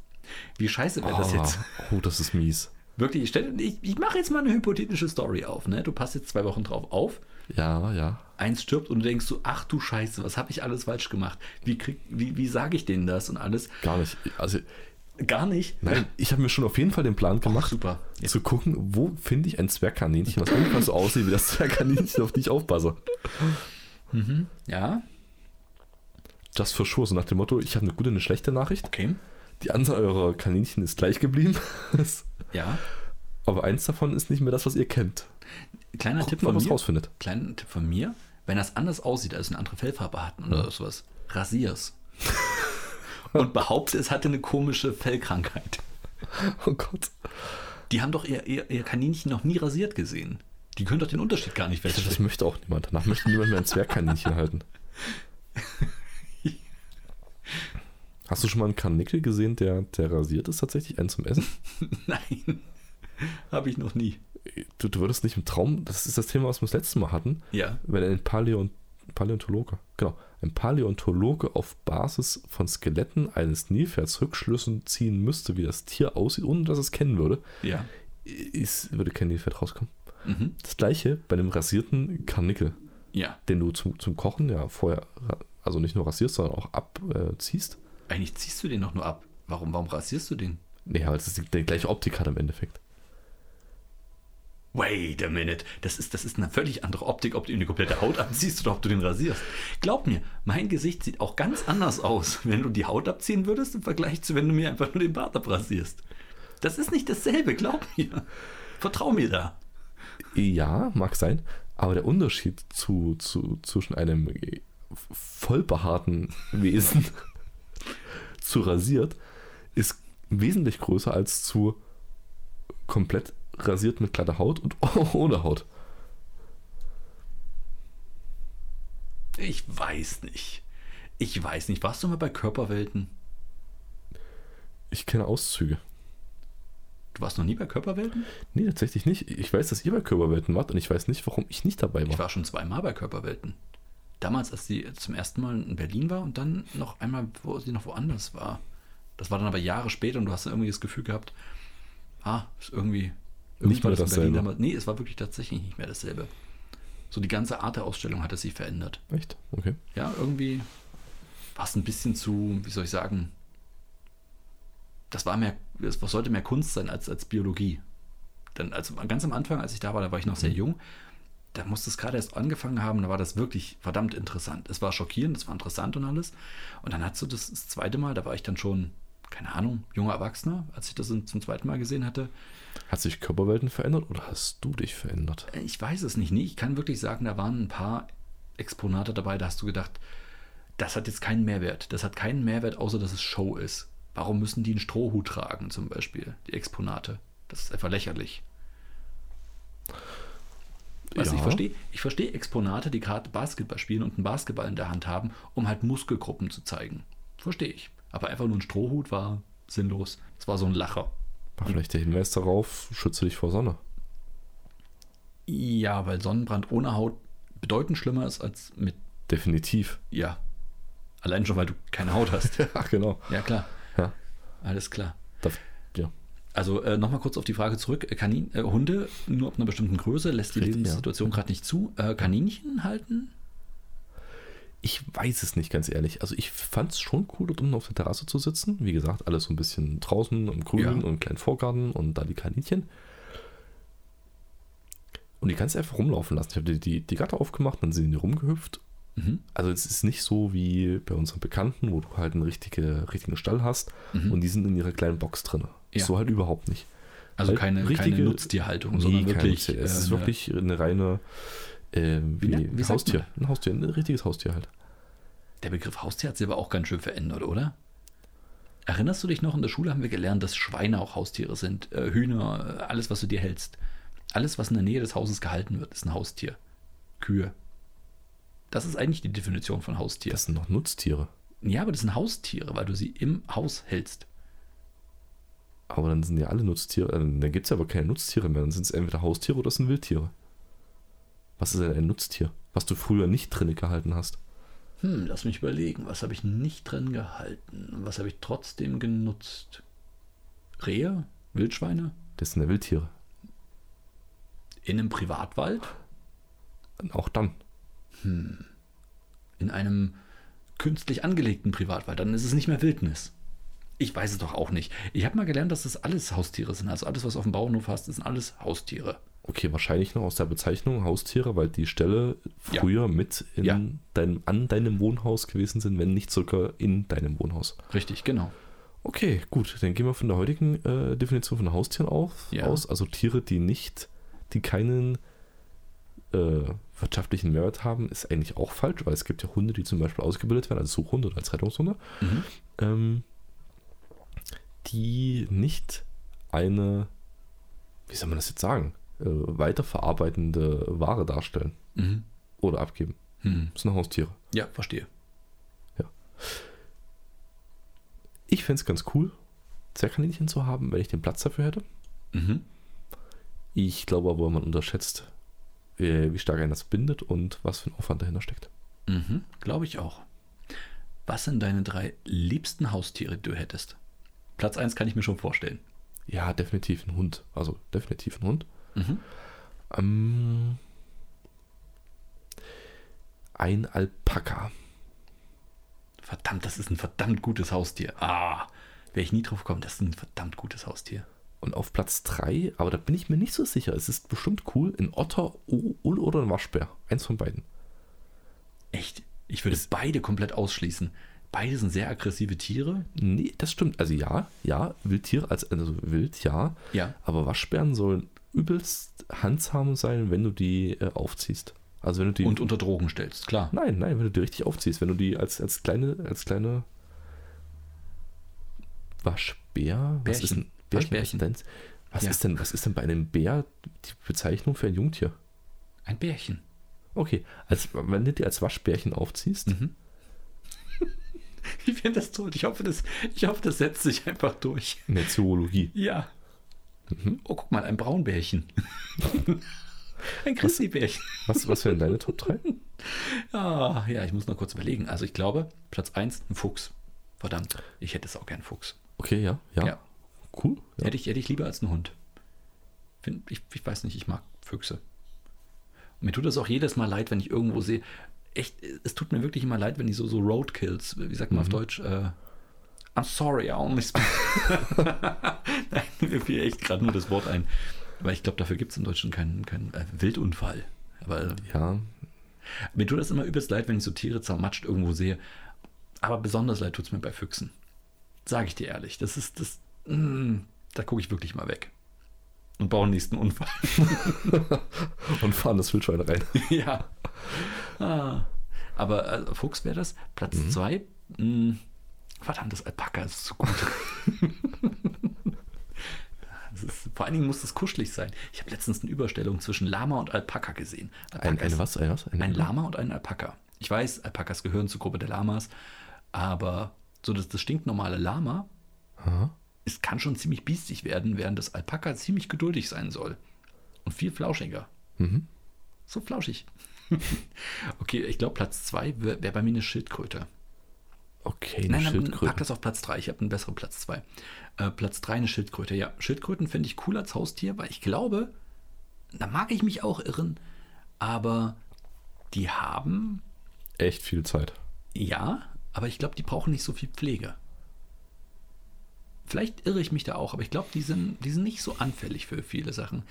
Speaker 2: Wie scheiße wäre das
Speaker 1: Ah,
Speaker 2: jetzt?
Speaker 1: Oh, das ist mies.
Speaker 2: Wirklich, ich, stell- ich, ich mache jetzt mal eine hypothetische Story auf. Ne? Du passt jetzt zwei Wochen drauf auf,
Speaker 1: Ja, ja.
Speaker 2: eins stirbt und du denkst so, ach du Scheiße, was habe ich alles falsch gemacht? Wie, krieg, wie, wie sage ich denen das und alles?
Speaker 1: Gar nicht. Also,
Speaker 2: Gar nicht.
Speaker 1: nein, ich habe mir schon auf jeden Fall den Plan
Speaker 2: Ach,
Speaker 1: gemacht,
Speaker 2: super.
Speaker 1: zu gucken, wo finde ich ein Zwergkaninchen, was ungefähr so aussieht wie das Zwergkaninchen, auf die ich aufpasse.
Speaker 2: Ja,
Speaker 1: Just for sure, so nach dem Motto, ich habe eine gute und eine schlechte Nachricht.
Speaker 2: okay.
Speaker 1: Die Anzahl eurer Kaninchen ist gleich geblieben.
Speaker 2: Ja.
Speaker 1: Aber eins davon ist nicht mehr das, was ihr kennt.
Speaker 2: Kleiner
Speaker 1: Guckt
Speaker 2: Tipp
Speaker 1: mal,
Speaker 2: von
Speaker 1: was
Speaker 2: mir.
Speaker 1: rausfindet.
Speaker 2: Kleiner Tipp von mir, wenn das anders aussieht, als eine andere Fellfarbe hatten oder sowas, rasier's. Und behaupte, es hatte eine komische Fellkrankheit.
Speaker 1: Oh Gott.
Speaker 2: Die haben doch ihr, ihr, ihr Kaninchen noch nie rasiert gesehen. Die können doch den Unterschied gar nicht
Speaker 1: Das
Speaker 2: feststellen.
Speaker 1: möchte auch niemand. Danach möchte niemand mehr ein Zwergkaninchen halten. Hast du schon mal einen Karnickel gesehen, der, der rasiert ist tatsächlich? Einen zum Essen?
Speaker 2: Nein, habe ich noch nie.
Speaker 1: Du, du würdest nicht im Traum, das ist das Thema, was wir das letzte Mal hatten,
Speaker 2: Ja.
Speaker 1: wenn ein Paläon, Paläontologe, genau, ein Paläontologe auf Basis von Skeletten eines Nilpferds Rückschlüssen ziehen müsste, wie das Tier aussieht, ohne dass es kennen würde,
Speaker 2: Ja.
Speaker 1: ist, würde kein Nilpferd rauskommen.
Speaker 2: Mhm.
Speaker 1: Das gleiche bei einem rasierten Karnickel.
Speaker 2: Ja.
Speaker 1: den du zum, zum Kochen ja vorher, ra- also nicht nur rasierst, sondern auch abziehst.
Speaker 2: Eigentlich ziehst du den doch nur ab. Warum, warum rasierst du den?
Speaker 1: Nee, weil es die, die gleiche Optik hat im Endeffekt.
Speaker 2: Wait a minute, das ist, das ist eine völlig andere Optik, ob du ihm die komplette Haut abziehst oder ob du den rasierst. Glaub mir, mein Gesicht sieht auch ganz anders aus, wenn du die Haut abziehen würdest im Vergleich zu, wenn du mir einfach nur den Bart abrasierst. Das ist nicht dasselbe, glaub mir. Vertrau mir da.
Speaker 1: Ja, mag sein, aber der Unterschied zu, zu, zwischen einem äh, vollbehaarten Wesen zu rasiert ist wesentlich größer als zu komplett rasiert mit glatter Haut und ohne Haut.
Speaker 2: Ich weiß nicht. Ich weiß nicht. Warst du mal bei Körperwelten?
Speaker 1: Ich kenne Auszüge.
Speaker 2: Du warst noch nie bei Körperwelten?
Speaker 1: Nee, tatsächlich nicht. Ich weiß, dass ihr bei Körperwelten wart und ich weiß nicht, warum ich nicht dabei war.
Speaker 2: Ich war schon zweimal bei Körperwelten. Damals, als sie zum ersten Mal in Berlin war und dann noch einmal, wo sie noch woanders war. Das war dann aber Jahre später und du hast dann irgendwie das Gefühl gehabt, ah, ist irgendwie.
Speaker 1: Nicht
Speaker 2: irgendwie war
Speaker 1: mehr
Speaker 2: das in Berlin
Speaker 1: dasselbe.
Speaker 2: damals- Nee, es war wirklich tatsächlich nicht mehr dasselbe. So die ganze Art der Ausstellung hatte sich verändert
Speaker 1: Echt? Okay.
Speaker 2: ja, irgendwie war es ein bisschen zu, wie soll ich sagen, das war mehr, das sollte mehr Kunst sein als, als Biologie. Dann, also ganz am Anfang, als ich da war, da war ich noch sehr jung, da musste es gerade erst angefangen haben, da war das wirklich verdammt interessant. Es war schockierend, es war interessant und alles. Und dann hast du das, das zweite Mal, da war ich dann schon, keine Ahnung, junger Erwachsener, als ich das zum zum zweiten Mal gesehen hatte,
Speaker 1: Hat sich Körperwelten verändert oder hast du dich verändert?
Speaker 2: ich weiß es nicht. Nee, ich kann wirklich sagen, da waren ein paar Exponate dabei, da hast du gedacht, das hat jetzt keinen Mehrwert. Das hat keinen Mehrwert, außer dass es Show ist. Warum müssen die einen Strohhut tragen, zum Beispiel, die Exponate? Das ist einfach lächerlich. Was
Speaker 1: Ja.
Speaker 2: ich verstehe, ich verstehe Exponate, die gerade Basketball spielen und einen Basketball in der Hand haben, um halt Muskelgruppen zu zeigen. Verstehe ich. Aber einfach nur ein Strohhut war sinnlos. Es war so ein Lacher.
Speaker 1: War vielleicht der Hinweis darauf, schütze dich vor Sonne.
Speaker 2: Ja, weil Sonnenbrand ohne Haut bedeutend schlimmer ist als mit
Speaker 1: Definitiv.
Speaker 2: Ja. Allein schon, weil du keine Haut hast.
Speaker 1: Ach, genau.
Speaker 2: ja, klar.
Speaker 1: Ja.
Speaker 2: Alles klar.
Speaker 1: Da, ja.
Speaker 2: Also äh, nochmal kurz auf die Frage zurück. Äh, Kanin, äh, Hunde nur ab einer bestimmten Größe lässt die
Speaker 1: Richtig,
Speaker 2: Lebenssituation gerade nicht zu. Äh, Kaninchen halten?
Speaker 1: Ich weiß es nicht ganz ehrlich. Also ich fand es schon cool, dort unten auf der Terrasse zu sitzen. Wie gesagt, alles so ein bisschen draußen im Grünen
Speaker 2: Ja.
Speaker 1: und im kleinen Vorgarten und da die Kaninchen. Und die kannst du einfach rumlaufen lassen. Ich habe die, die, die Gatter aufgemacht, dann sind die rumgehüpft.
Speaker 2: Mhm.
Speaker 1: Also es ist nicht so wie bei unseren Bekannten, wo du halt einen richtige, richtigen Stall hast
Speaker 2: Mhm.
Speaker 1: und die sind in ihrer kleinen Box drin.
Speaker 2: Ja.
Speaker 1: So halt überhaupt nicht.
Speaker 2: Also
Speaker 1: Halt
Speaker 2: keine, keine
Speaker 1: richtige-
Speaker 2: Nutztierhaltung,
Speaker 1: Nee,
Speaker 2: sondern
Speaker 1: kein
Speaker 2: wirklich.
Speaker 1: Nutztier. es
Speaker 2: äh,
Speaker 1: ist
Speaker 2: eine-
Speaker 1: wirklich eine reine äh, wie,
Speaker 2: Wie nennt-
Speaker 1: ein
Speaker 2: wie sagt
Speaker 1: Haustier. Ein Haustier, ein richtiges Haustier halt.
Speaker 2: Der Begriff Haustier hat sich aber auch ganz schön verändert, oder? Erinnerst du dich noch, in der Schule haben wir gelernt, dass Schweine auch Haustiere sind, äh, Hühner, äh, alles, was du dir hältst. Alles, was in der Nähe des Hauses gehalten wird, ist ein Haustier. Kühe. Das ist eigentlich die Definition von Haustier.
Speaker 1: Das sind noch Nutztiere.
Speaker 2: ja, aber das sind Haustiere, weil du sie im Haus hältst.
Speaker 1: Aber dann sind ja alle Nutztiere, äh, dann gibt es ja aber keine Nutztiere mehr. Dann sind es entweder Haustiere oder es sind Wildtiere. Was ist denn ein Nutztier? Was du früher nicht drinne gehalten hast.
Speaker 2: Hm, lass mich überlegen, was habe ich nicht drin gehalten? und Was habe ich trotzdem genutzt? Rehe? Wildschweine?
Speaker 1: Das sind ja Wildtiere.
Speaker 2: In einem Privatwald?
Speaker 1: Und auch dann.
Speaker 2: in einem künstlich angelegten Privatwald, dann ist es nicht mehr Wildnis. Ich weiß es doch auch nicht. Ich habe mal gelernt, dass das alles Haustiere sind. Also alles, was auf dem Bauernhof hast, sind alles Haustiere.
Speaker 1: Okay, wahrscheinlich noch aus der Bezeichnung Haustiere, weil die Ställe
Speaker 2: Ja.
Speaker 1: früher mit in
Speaker 2: Ja.
Speaker 1: deinem, an deinem Wohnhaus gewesen sind, wenn nicht sogar in deinem Wohnhaus.
Speaker 2: Richtig, genau.
Speaker 1: Okay, gut. Dann gehen wir von der heutigen äh, Definition von Haustieren auf,
Speaker 2: Ja.
Speaker 1: aus. Also Tiere, die nicht, die keinen äh, wirtschaftlichen Mehrwert haben, ist eigentlich auch falsch, weil es gibt ja Hunde, die zum Beispiel ausgebildet werden als Suchhunde oder als Rettungshunde,
Speaker 2: Mhm.
Speaker 1: ähm, die nicht eine, wie soll man das jetzt sagen, äh, weiterverarbeitende Ware darstellen
Speaker 2: Mhm.
Speaker 1: oder abgeben.
Speaker 2: Mhm.
Speaker 1: Das sind Haustiere.
Speaker 2: Ja, verstehe.
Speaker 1: Ich fände es ganz cool, Zwergkaninchen zu haben, wenn ich den Platz dafür hätte.
Speaker 2: Mhm.
Speaker 1: Ich glaube aber, man unterschätzt, äh, wie stark einen das bindet und was für ein Aufwand dahinter steckt.
Speaker 2: Mhm. Glaube ich auch. Was sind deine drei liebsten Haustiere, die du hättest? Platz 1 kann ich mir schon vorstellen.
Speaker 1: Ja, definitiv ein Hund. Also definitiv ein Hund.
Speaker 2: Mhm.
Speaker 1: Ähm, ein Alpaka.
Speaker 2: Verdammt, das ist ein verdammt gutes Haustier. Ah, wäre ich nie drauf gekommen, das ist ein verdammt gutes Haustier.
Speaker 1: Und auf Platz 3, aber da bin ich mir nicht so sicher. Es ist bestimmt cool, ein Otter o- und- oder ein Waschbär. Eins von beiden.
Speaker 2: Echt? Ich würde beide komplett ausschließen. Beide sind sehr aggressive Tiere.
Speaker 1: Nee, das stimmt. Also ja, ja, Wildtiere als also wild, ja.
Speaker 2: Ja.
Speaker 1: Aber Waschbären sollen übelst handsam sein, wenn du die äh, aufziehst. Also wenn du die
Speaker 2: Und unter Drogen stellst, klar.
Speaker 1: Nein, nein, wenn du die richtig aufziehst, wenn du die als, als kleine, als kleine Waschbär, was
Speaker 2: Bärchen.
Speaker 1: ist denn
Speaker 2: Waschbärchen.
Speaker 1: Was, ist denn, was
Speaker 2: Ja.
Speaker 1: ist denn, was ist denn bei einem Bär die Bezeichnung für ein Jungtier?
Speaker 2: Ein Bärchen.
Speaker 1: Okay, als, wenn du die als Waschbärchen aufziehst,
Speaker 2: Mhm. Ich finde das toll. Ich hoffe das, ich hoffe, das setzt sich einfach durch.
Speaker 1: in der Zoologie.
Speaker 2: Ja. Oh, guck mal, ein Braunbärchen. ein Christi-Bärchen.
Speaker 1: Was, was wären deine Top 3?
Speaker 2: Ah, ja, ich muss noch kurz überlegen. Also ich glaube, Platz 1, ein Fuchs. Verdammt, ich hätte es auch gern Fuchs.
Speaker 1: Okay, ja, ja.
Speaker 2: Ja.
Speaker 1: Cool. Ja.
Speaker 2: Hätte, ich, hätte ich lieber als einen Hund. Find, ich, ich weiß nicht, ich mag Füchse. Und mir tut das auch jedes Mal leid, wenn ich irgendwo sehe. Echt, es tut mir wirklich immer leid, wenn die so, so Roadkills, wie sagt man auf Deutsch? Äh, I'm sorry, I only speak. Nein, mir fiel echt gerade nur das Wort ein. Aber ich glaube, dafür gibt es im Deutschen keinen, keinen äh, Wildunfall. Aber äh,
Speaker 1: Ja,
Speaker 2: mir tut das immer übelst leid, wenn ich so Tiere zermatscht irgendwo sehe. Aber besonders leid tut es mir bei Füchsen. Sage ich dir ehrlich. Das ist das. Mm, da gucke ich wirklich mal weg. Und baue den nächsten Unfall.
Speaker 1: und fahren das Wildschwein rein.
Speaker 2: ja. Ah. Aber äh, Fuchs wäre das. Platz
Speaker 1: Mhm.
Speaker 2: zwei. Mm, verdammt, das Alpaka ist zu gut. das ist, vor allen Dingen muss das kuschelig sein. Ich habe letztens eine Überstellung zwischen Lama und Alpaka gesehen.
Speaker 1: Ein,
Speaker 2: Alpakas-
Speaker 1: eine was? Eine was? Eine,
Speaker 2: ein Lama und ein Alpaka. Ich weiß, Alpakas gehören zur Gruppe der Lamas, aber so das, das stinknormale Lama,
Speaker 1: Aha.
Speaker 2: es kann schon ziemlich biestig werden, während das Alpaka ziemlich geduldig sein soll. Und viel flauschiger.
Speaker 1: Mhm.
Speaker 2: So flauschig. okay, ich glaube, Platz 2 wäre wär bei mir eine Schildkröte.
Speaker 1: Okay, eine
Speaker 2: Nein, dann pack
Speaker 1: Schildkröte.
Speaker 2: das auf Platz 3. Ich habe einen besseren Platz 2. Äh, Platz 3 eine Schildkröte. Ja, Schildkröten finde ich cool als Haustier, weil ich glaube, da mag ich mich auch irren, aber die haben
Speaker 1: Echt viel Zeit.
Speaker 2: Ja, aber ich glaube, die brauchen nicht so viel Pflege. Vielleicht irre ich mich da auch, aber ich glaube, die sind, die sind nicht so anfällig für viele Sachen,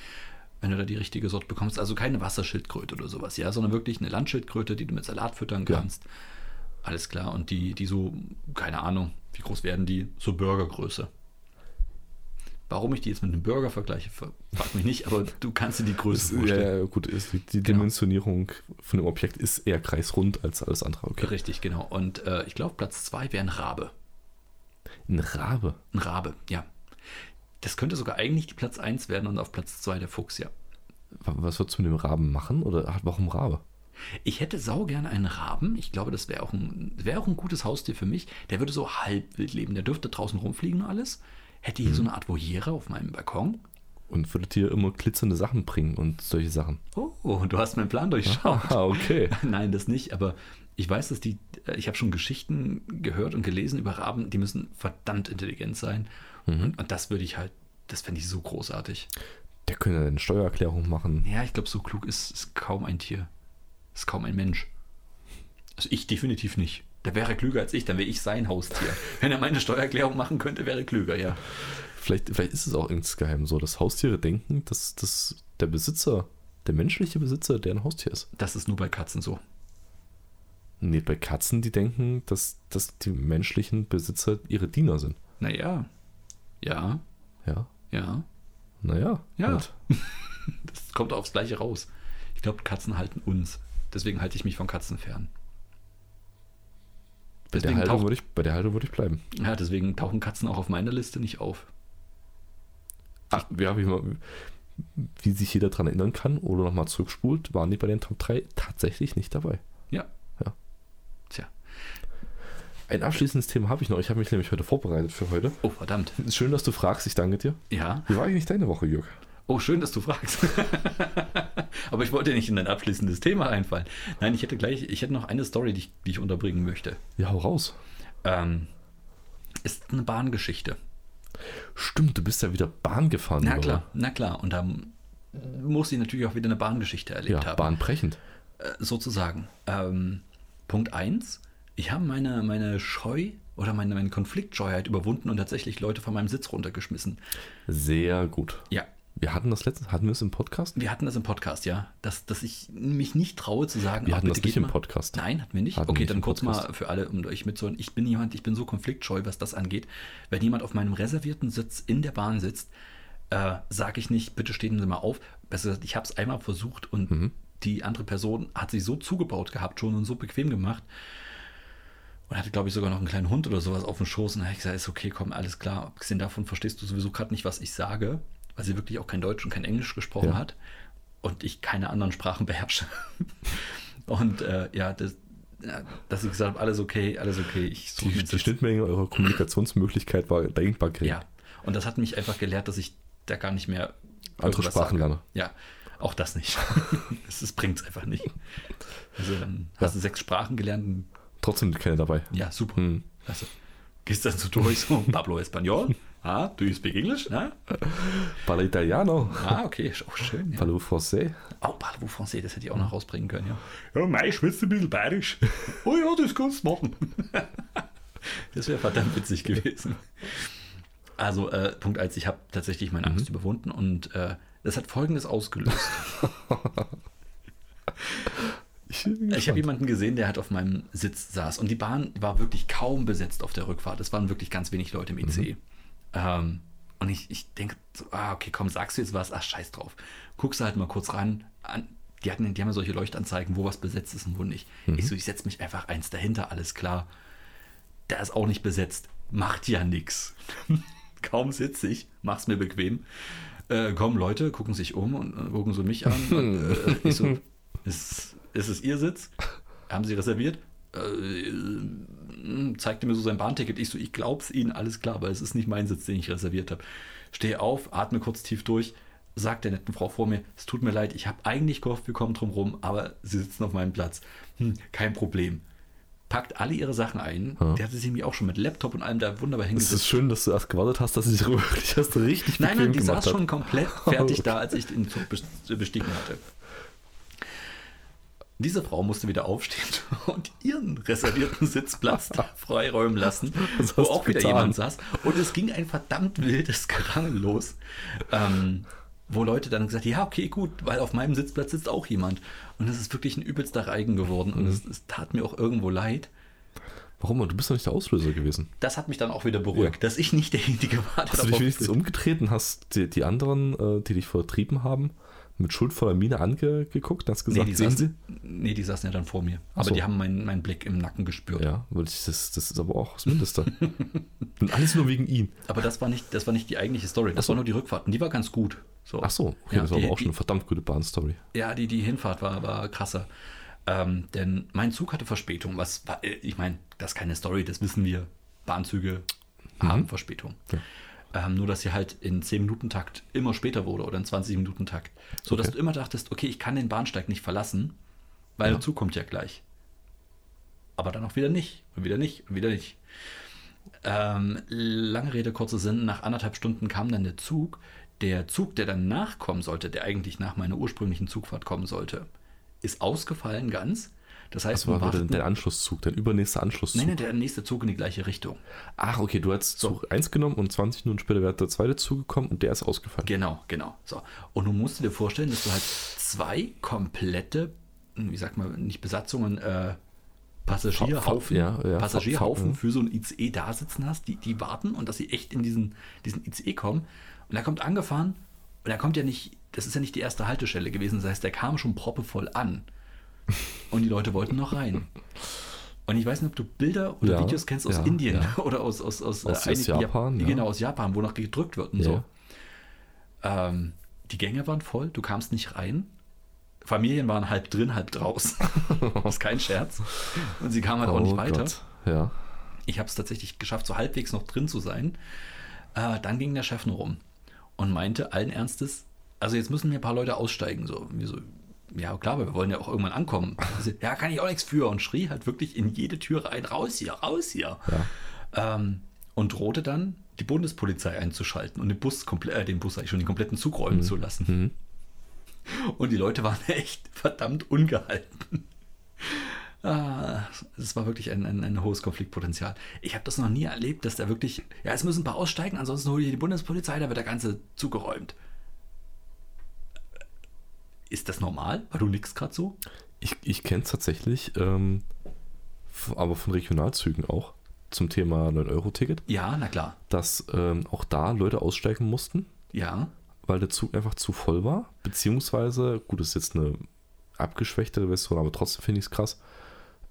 Speaker 2: wenn du da die richtige Sorte bekommst. Also keine Wasserschildkröte oder sowas, ja, sondern wirklich eine Landschildkröte, die du mit Salat füttern
Speaker 1: Ja.
Speaker 2: kannst. Alles klar. Und die, die so, keine Ahnung, wie groß werden die? So Burgergröße. Warum ich die jetzt mit einem Burger vergleiche, ver- frag mich nicht, aber du kannst dir die Größe
Speaker 1: ja,
Speaker 2: vorstellen.
Speaker 1: ja, gut, ist, die die
Speaker 2: Genau.
Speaker 1: Dimensionierung von dem Objekt ist eher kreisrund als alles andere. Okay.
Speaker 2: Richtig, genau. Und äh, ich glaube, Platz zwei wäre ein Rabe.
Speaker 1: Ein Rabe.
Speaker 2: Ein Rabe, ja. Das könnte sogar eigentlich die Platz 1 werden und auf Platz 2 der Fuchs, ja.
Speaker 1: Wa- Was würdest du mit dem Raben machen? Oder ach, warum Rabe?
Speaker 2: Ich hätte sau gerne einen Raben. Ich glaube, das wäre auch, ein- wäre auch ein gutes Haustier für mich. Der würde so halb wild leben. Der dürfte draußen rumfliegen und alles. Hätte hier so eine Art Voyere auf meinem Balkon.
Speaker 1: Und würdet ihr immer glitzernde Sachen bringen und solche Sachen?
Speaker 2: Oh, du hast meinen Plan durchschaut.
Speaker 1: Ah, okay.
Speaker 2: Nein, das nicht, aber ich weiß, dass die, äh, ich habe schon Geschichten gehört und gelesen über Raben, die müssen verdammt intelligent sein. Und, und das würde ich halt, das fände ich so großartig.
Speaker 1: Der könnte eine Steuererklärung machen.
Speaker 2: Ja, ich glaube, so klug ist, ist kaum ein Tier. Ist kaum ein Mensch. Also ich definitiv nicht. Der wäre klüger als ich, dann wäre ich sein Haustier. Wenn er meine Steuererklärung machen könnte, wäre er klüger, ja.
Speaker 1: Vielleicht, vielleicht ist es auch insgeheim so, dass Haustiere denken, dass, dass der Besitzer, der menschliche Besitzer, der ein Haustier ist.
Speaker 2: Das ist nur bei Katzen so.
Speaker 1: Nee, bei Katzen, die denken, dass, dass die menschlichen Besitzer ihre Diener sind.
Speaker 2: Naja. Ja,
Speaker 1: Ja,
Speaker 2: ja.
Speaker 1: naja.
Speaker 2: Ja.
Speaker 1: Halt.
Speaker 2: Das kommt aufs Gleiche raus. Ich glaube, Katzen halten uns. Deswegen halte ich mich von Katzen fern.
Speaker 1: Bei, der
Speaker 2: Deswegen
Speaker 1: Haltung
Speaker 2: taucht-
Speaker 1: würde ich, bei der Haltung würde ich bleiben.
Speaker 2: Ja, deswegen tauchen Katzen auch auf meiner Liste nicht auf.
Speaker 1: Ach, ja, wie, man, wie sich jeder daran erinnern kann oder nochmal zurückspult, waren die bei den Top 3 tatsächlich nicht dabei.
Speaker 2: Ja.
Speaker 1: Ja.
Speaker 2: Tja.
Speaker 1: Ein abschließendes Thema habe ich noch. Ich habe mich nämlich heute vorbereitet für heute.
Speaker 2: Oh, verdammt.
Speaker 1: Schön, dass du fragst. Ich danke dir.
Speaker 2: Ja.
Speaker 1: Wie war eigentlich deine Woche, Jörg?
Speaker 2: Oh, schön, dass du fragst. Aber ich wollte nicht in dein abschließendes Thema einfallen. Nein, ich hätte gleich, ich hätte noch eine Story, die ich, die ich unterbringen möchte.
Speaker 1: Ja, hau raus.
Speaker 2: Ähm, ist eine Bahngeschichte.
Speaker 1: Stimmt, du bist ja wieder Bahn gefahren.
Speaker 2: Na
Speaker 1: Jörg.
Speaker 2: klar, na klar. Und da muss ich natürlich auch wieder eine Bahngeschichte erlebt
Speaker 1: Ja,
Speaker 2: haben.
Speaker 1: bahnbrechend.
Speaker 2: Äh, sozusagen. Ähm, Punkt 1. Ich habe meine, meine Scheu oder meine, meine Konfliktscheuheit überwunden und tatsächlich Leute von meinem Sitz runtergeschmissen.
Speaker 1: Sehr gut.
Speaker 2: Ja,
Speaker 1: Wir hatten das letztens, hatten wir es im Podcast?
Speaker 2: wir hatten das im Podcast, ja. Dass, dass ich mich nicht traue zu sagen,
Speaker 1: Wir
Speaker 2: "Ah,
Speaker 1: hatten das
Speaker 2: bitte
Speaker 1: nicht
Speaker 2: geht
Speaker 1: im
Speaker 2: mal."
Speaker 1: Podcast.
Speaker 2: Nein, hatten wir nicht.
Speaker 1: Hatten wir
Speaker 2: okay,
Speaker 1: nicht
Speaker 2: dann
Speaker 1: im
Speaker 2: kurz
Speaker 1: Podcast.
Speaker 2: mal für alle, um euch mitzuhören. Ich bin jemand, ich bin so konfliktscheu, was das angeht. Wenn jemand auf meinem reservierten Sitz in der Bahn sitzt, äh, sage ich nicht, bitte stehen Sie mal auf. Besser gesagt, ich habe es einmal versucht und
Speaker 1: Mhm.
Speaker 2: die andere Person hat sich so zugebaut gehabt schon und so bequem gemacht und hatte, glaube ich, sogar noch einen kleinen Hund oder sowas auf dem Schoß. Und da habe ich gesagt, ist okay, komm, alles klar. Abgesehen davon verstehst du sowieso gerade nicht, was ich sage, weil sie wirklich auch kein Deutsch und kein Englisch gesprochen
Speaker 1: Ja.
Speaker 2: hat und ich keine anderen Sprachen beherrsche. und äh, ja, das, ja, dass ich gesagt habe, alles okay, alles okay. Ich suche
Speaker 1: Die,
Speaker 2: jetzt
Speaker 1: die
Speaker 2: das-
Speaker 1: Schnittmenge eurer Kommunikationsmöglichkeit war denkbar gering.
Speaker 2: Ja, und das hat mich einfach gelehrt, dass ich da gar nicht mehr
Speaker 1: Andere
Speaker 2: irgendwas
Speaker 1: Sprachen lerne.
Speaker 2: Ja, auch das nicht. Das bringt es einfach nicht. ähm, Also, dann hast du sechs Sprachen gelernt. und-
Speaker 1: Trotzdem keine dabei.
Speaker 2: Ja, super.
Speaker 1: Hm.
Speaker 2: Also, Gehst dann so durch, so Pablo Espanol. Ah, do you speak English? Ah,
Speaker 1: Parla italiano.
Speaker 2: ah okay, ist auch schön. Ja.
Speaker 1: Parlo français.
Speaker 2: Oh, Parle Français, das hätte ich auch noch rausbringen können, ja. Ja, mei, schwitzt ein bisschen bayerisch. Oh ja, das kannst du machen. das wäre verdammt witzig gewesen. Also, äh, Punkt 1, ich habe tatsächlich meine Angst überwunden und äh, das hat folgendes ausgelöst.
Speaker 1: Ich, bin
Speaker 2: Ich habe
Speaker 1: gespannt.
Speaker 2: jemanden gesehen, der halt auf meinem Sitz saß. Und die Bahn war wirklich kaum besetzt auf der Rückfahrt. Es waren wirklich ganz wenig Leute im ICE. Ähm, und ich, ich denke, so, ah, okay, komm, sagst du jetzt was? Ach, scheiß drauf. Guckst du halt mal kurz ran. An, die, hatten, die haben ja solche Leuchtanzeigen, wo was besetzt ist und wo nicht. Ich so, ich setze mich einfach eins dahinter, alles klar. Da ist auch nicht besetzt. Macht ja nix. kaum sitze ich, mach's mir bequem. Äh, kommen Leute, gucken sich um und äh, gucken so mich an. Und, äh, ich so, ist, ist es Ihr Sitz? Haben Sie reserviert? Äh, zeigte mir so sein Bahnticket. Ich so, ich glaub's Ihnen, alles klar, aber es ist nicht mein Sitz, den ich reserviert habe. Stehe auf, atme kurz tief durch, sagt der netten Frau vor mir, es tut mir leid, ich habe eigentlich gehofft, wir kommen drum rum, aber Sie sitzen auf meinem Platz. Hm, kein Problem. Packt alle ihre Sachen ein.
Speaker 1: Ja.
Speaker 2: Der hatte sie mir auch schon mit Laptop und allem da wunderbar
Speaker 1: Es
Speaker 2: hingesetzt.
Speaker 1: ist schön, dass du erst gewartet hast, dass ich wirklich erst richtig
Speaker 2: Nein, nein,
Speaker 1: bequem
Speaker 2: die
Speaker 1: gemacht
Speaker 2: saß
Speaker 1: habe.
Speaker 2: schon komplett fertig da, als ich den Zug bes- bestiegen hatte. Diese Frau musste wieder aufstehen und ihren reservierten Sitzplatz da freiräumen lassen,
Speaker 1: Das
Speaker 2: wo
Speaker 1: hast du
Speaker 2: auch wieder
Speaker 1: getan.
Speaker 2: jemand saß. Und es ging ein verdammt wildes Gerangel los, ähm, wo Leute dann gesagt haben, ja, okay, gut, weil auf meinem Sitzplatz sitzt auch jemand. Und es ist wirklich ein übelster Reigen geworden
Speaker 1: Mhm.
Speaker 2: und es, es tat mir auch irgendwo leid.
Speaker 1: Warum? Mann? Du bist doch nicht der Auslöser gewesen.
Speaker 2: Das hat mich dann auch wieder beruhigt, dass ich nicht derjenige war, der
Speaker 1: Dass du
Speaker 2: darauf-
Speaker 1: dich wenigstens umgetreten hast, die, die anderen, äh, die dich vertrieben haben, mit schuldvoller Miene angeguckt und hast
Speaker 2: Nee
Speaker 1: gesagt,
Speaker 2: die,
Speaker 1: sehen
Speaker 2: saßen,
Speaker 1: sie?
Speaker 2: nee, die saßen ja dann vor mir. Aber
Speaker 1: so.
Speaker 2: die haben meinen, meinen Blick im Nacken gespürt.
Speaker 1: Ja, weil ich, das, das ist aber auch das Mindeste. und alles nur wegen ihn.
Speaker 2: Aber das war, nicht, das war nicht die eigentliche Story. Das war nur die Rückfahrt. Und die war ganz gut. So.
Speaker 1: Ach so, okay,
Speaker 2: ja,
Speaker 1: das war
Speaker 2: die,
Speaker 1: aber auch schon
Speaker 2: die,
Speaker 1: eine verdammt gute Bahnstory.
Speaker 2: Ja, die, die Hinfahrt war, war krasser. Ähm, denn mein Zug hatte Verspätung. Was war, äh, ich meine, das ist keine Story, das wissen wir. Bahnzüge
Speaker 1: Mhm.
Speaker 2: haben Verspätung. Ähm, nur, dass sie halt in 10-Minuten-Takt immer später wurde oder in 20-Minuten-Takt. So dass
Speaker 1: Okay.
Speaker 2: du immer dachtest, okay, ich kann den Bahnsteig nicht verlassen, weil der Zug kommt ja gleich. Aber dann auch wieder nicht. Und wieder nicht. Und wieder nicht. Ähm, lange Rede, kurzer Sinn. Nach anderthalb Stunden kam dann der Zug. Der Zug, der dann nachkommen sollte, der eigentlich nach meiner ursprünglichen Zugfahrt kommen sollte, ist ausgefallen ganz. Das heißt,
Speaker 1: Das war
Speaker 2: wir
Speaker 1: wieder
Speaker 2: warteten-
Speaker 1: dein Anschlusszug, dein übernächster Anschlusszug.
Speaker 2: nein, nein, der nächste Zug in die gleiche Richtung.
Speaker 1: Ach, okay, du hast Zug 1 genommen und 20 Minuten später wäre der zweite zugekommen und der ist ausgefallen.
Speaker 2: Genau, genau. So. Und du musst dir vorstellen, dass du halt zwei komplette, hm, wie sagt man, nicht Besatzungen, äh, Passagierhaufen,
Speaker 1: Fa- fa- ja, ja,
Speaker 2: Passagierhaufen
Speaker 1: fa- fa-
Speaker 2: für so ein ICE E da sitzen hast, die, die warten und dass sie echt in diesen, diesen ICE kommen. Und er kommt angefahren und er kommt ja nicht, das ist ja nicht die erste Haltestelle gewesen, das heißt, der kam schon proppevoll an. Und die Leute wollten noch rein. Und ich weiß nicht, ob du Bilder oder
Speaker 1: Ja,
Speaker 2: Videos kennst aus
Speaker 1: ja,
Speaker 2: Indien
Speaker 1: ja.
Speaker 2: oder aus, aus, aus, äh,
Speaker 1: Aus- aus
Speaker 2: einigen
Speaker 1: Japan,
Speaker 2: Jap
Speaker 1: ja.
Speaker 2: Genau, aus Japan, wo noch gedrückt wird und
Speaker 1: Ja.
Speaker 2: so. Ähm, die Gänge waren voll, du kamst nicht rein. Familien waren halb drin, halb draußen. das ist kein Scherz. Und sie kamen halt auch nicht
Speaker 1: Oh
Speaker 2: weiter.
Speaker 1: Gott. Ja.
Speaker 2: Ich habe es tatsächlich geschafft, so halbwegs noch drin zu sein. Äh, dann ging der Chef nur rum und meinte allen Ernstes, also jetzt müssen mir ein paar Leute aussteigen. So, Und wir so ja klar, aber wir wollen ja auch irgendwann ankommen. Und sie, ja, kann ich auch nichts für. Und schrie halt wirklich in jede Tür rein, raus hier, raus hier. Ähm, und drohte dann, die Bundespolizei einzuschalten und den Bus, komple- äh, den Bus eigentlich schon, den kompletten Zug räumen zu lassen. Und die Leute waren echt verdammt ungehalten. Ah, Es war wirklich ein, ein, ein hohes Konfliktpotenzial. Ich habe das noch nie erlebt, dass da wirklich, ja, es müssen ein paar aussteigen, ansonsten hol ich die Bundespolizei, da wird der ganze Zug geräumt. Ist das normal? War du nix gerade so?
Speaker 1: Ich, ich kenne es tatsächlich, ähm, f- aber von Regionalzügen auch, zum Thema 9-Euro-Ticket,
Speaker 2: Ja, na klar.
Speaker 1: dass ähm, auch da Leute aussteigen mussten,
Speaker 2: Ja,
Speaker 1: weil der Zug einfach zu voll war. Beziehungsweise, gut, das ist jetzt eine abgeschwächtere Version, aber trotzdem finde ich es krass,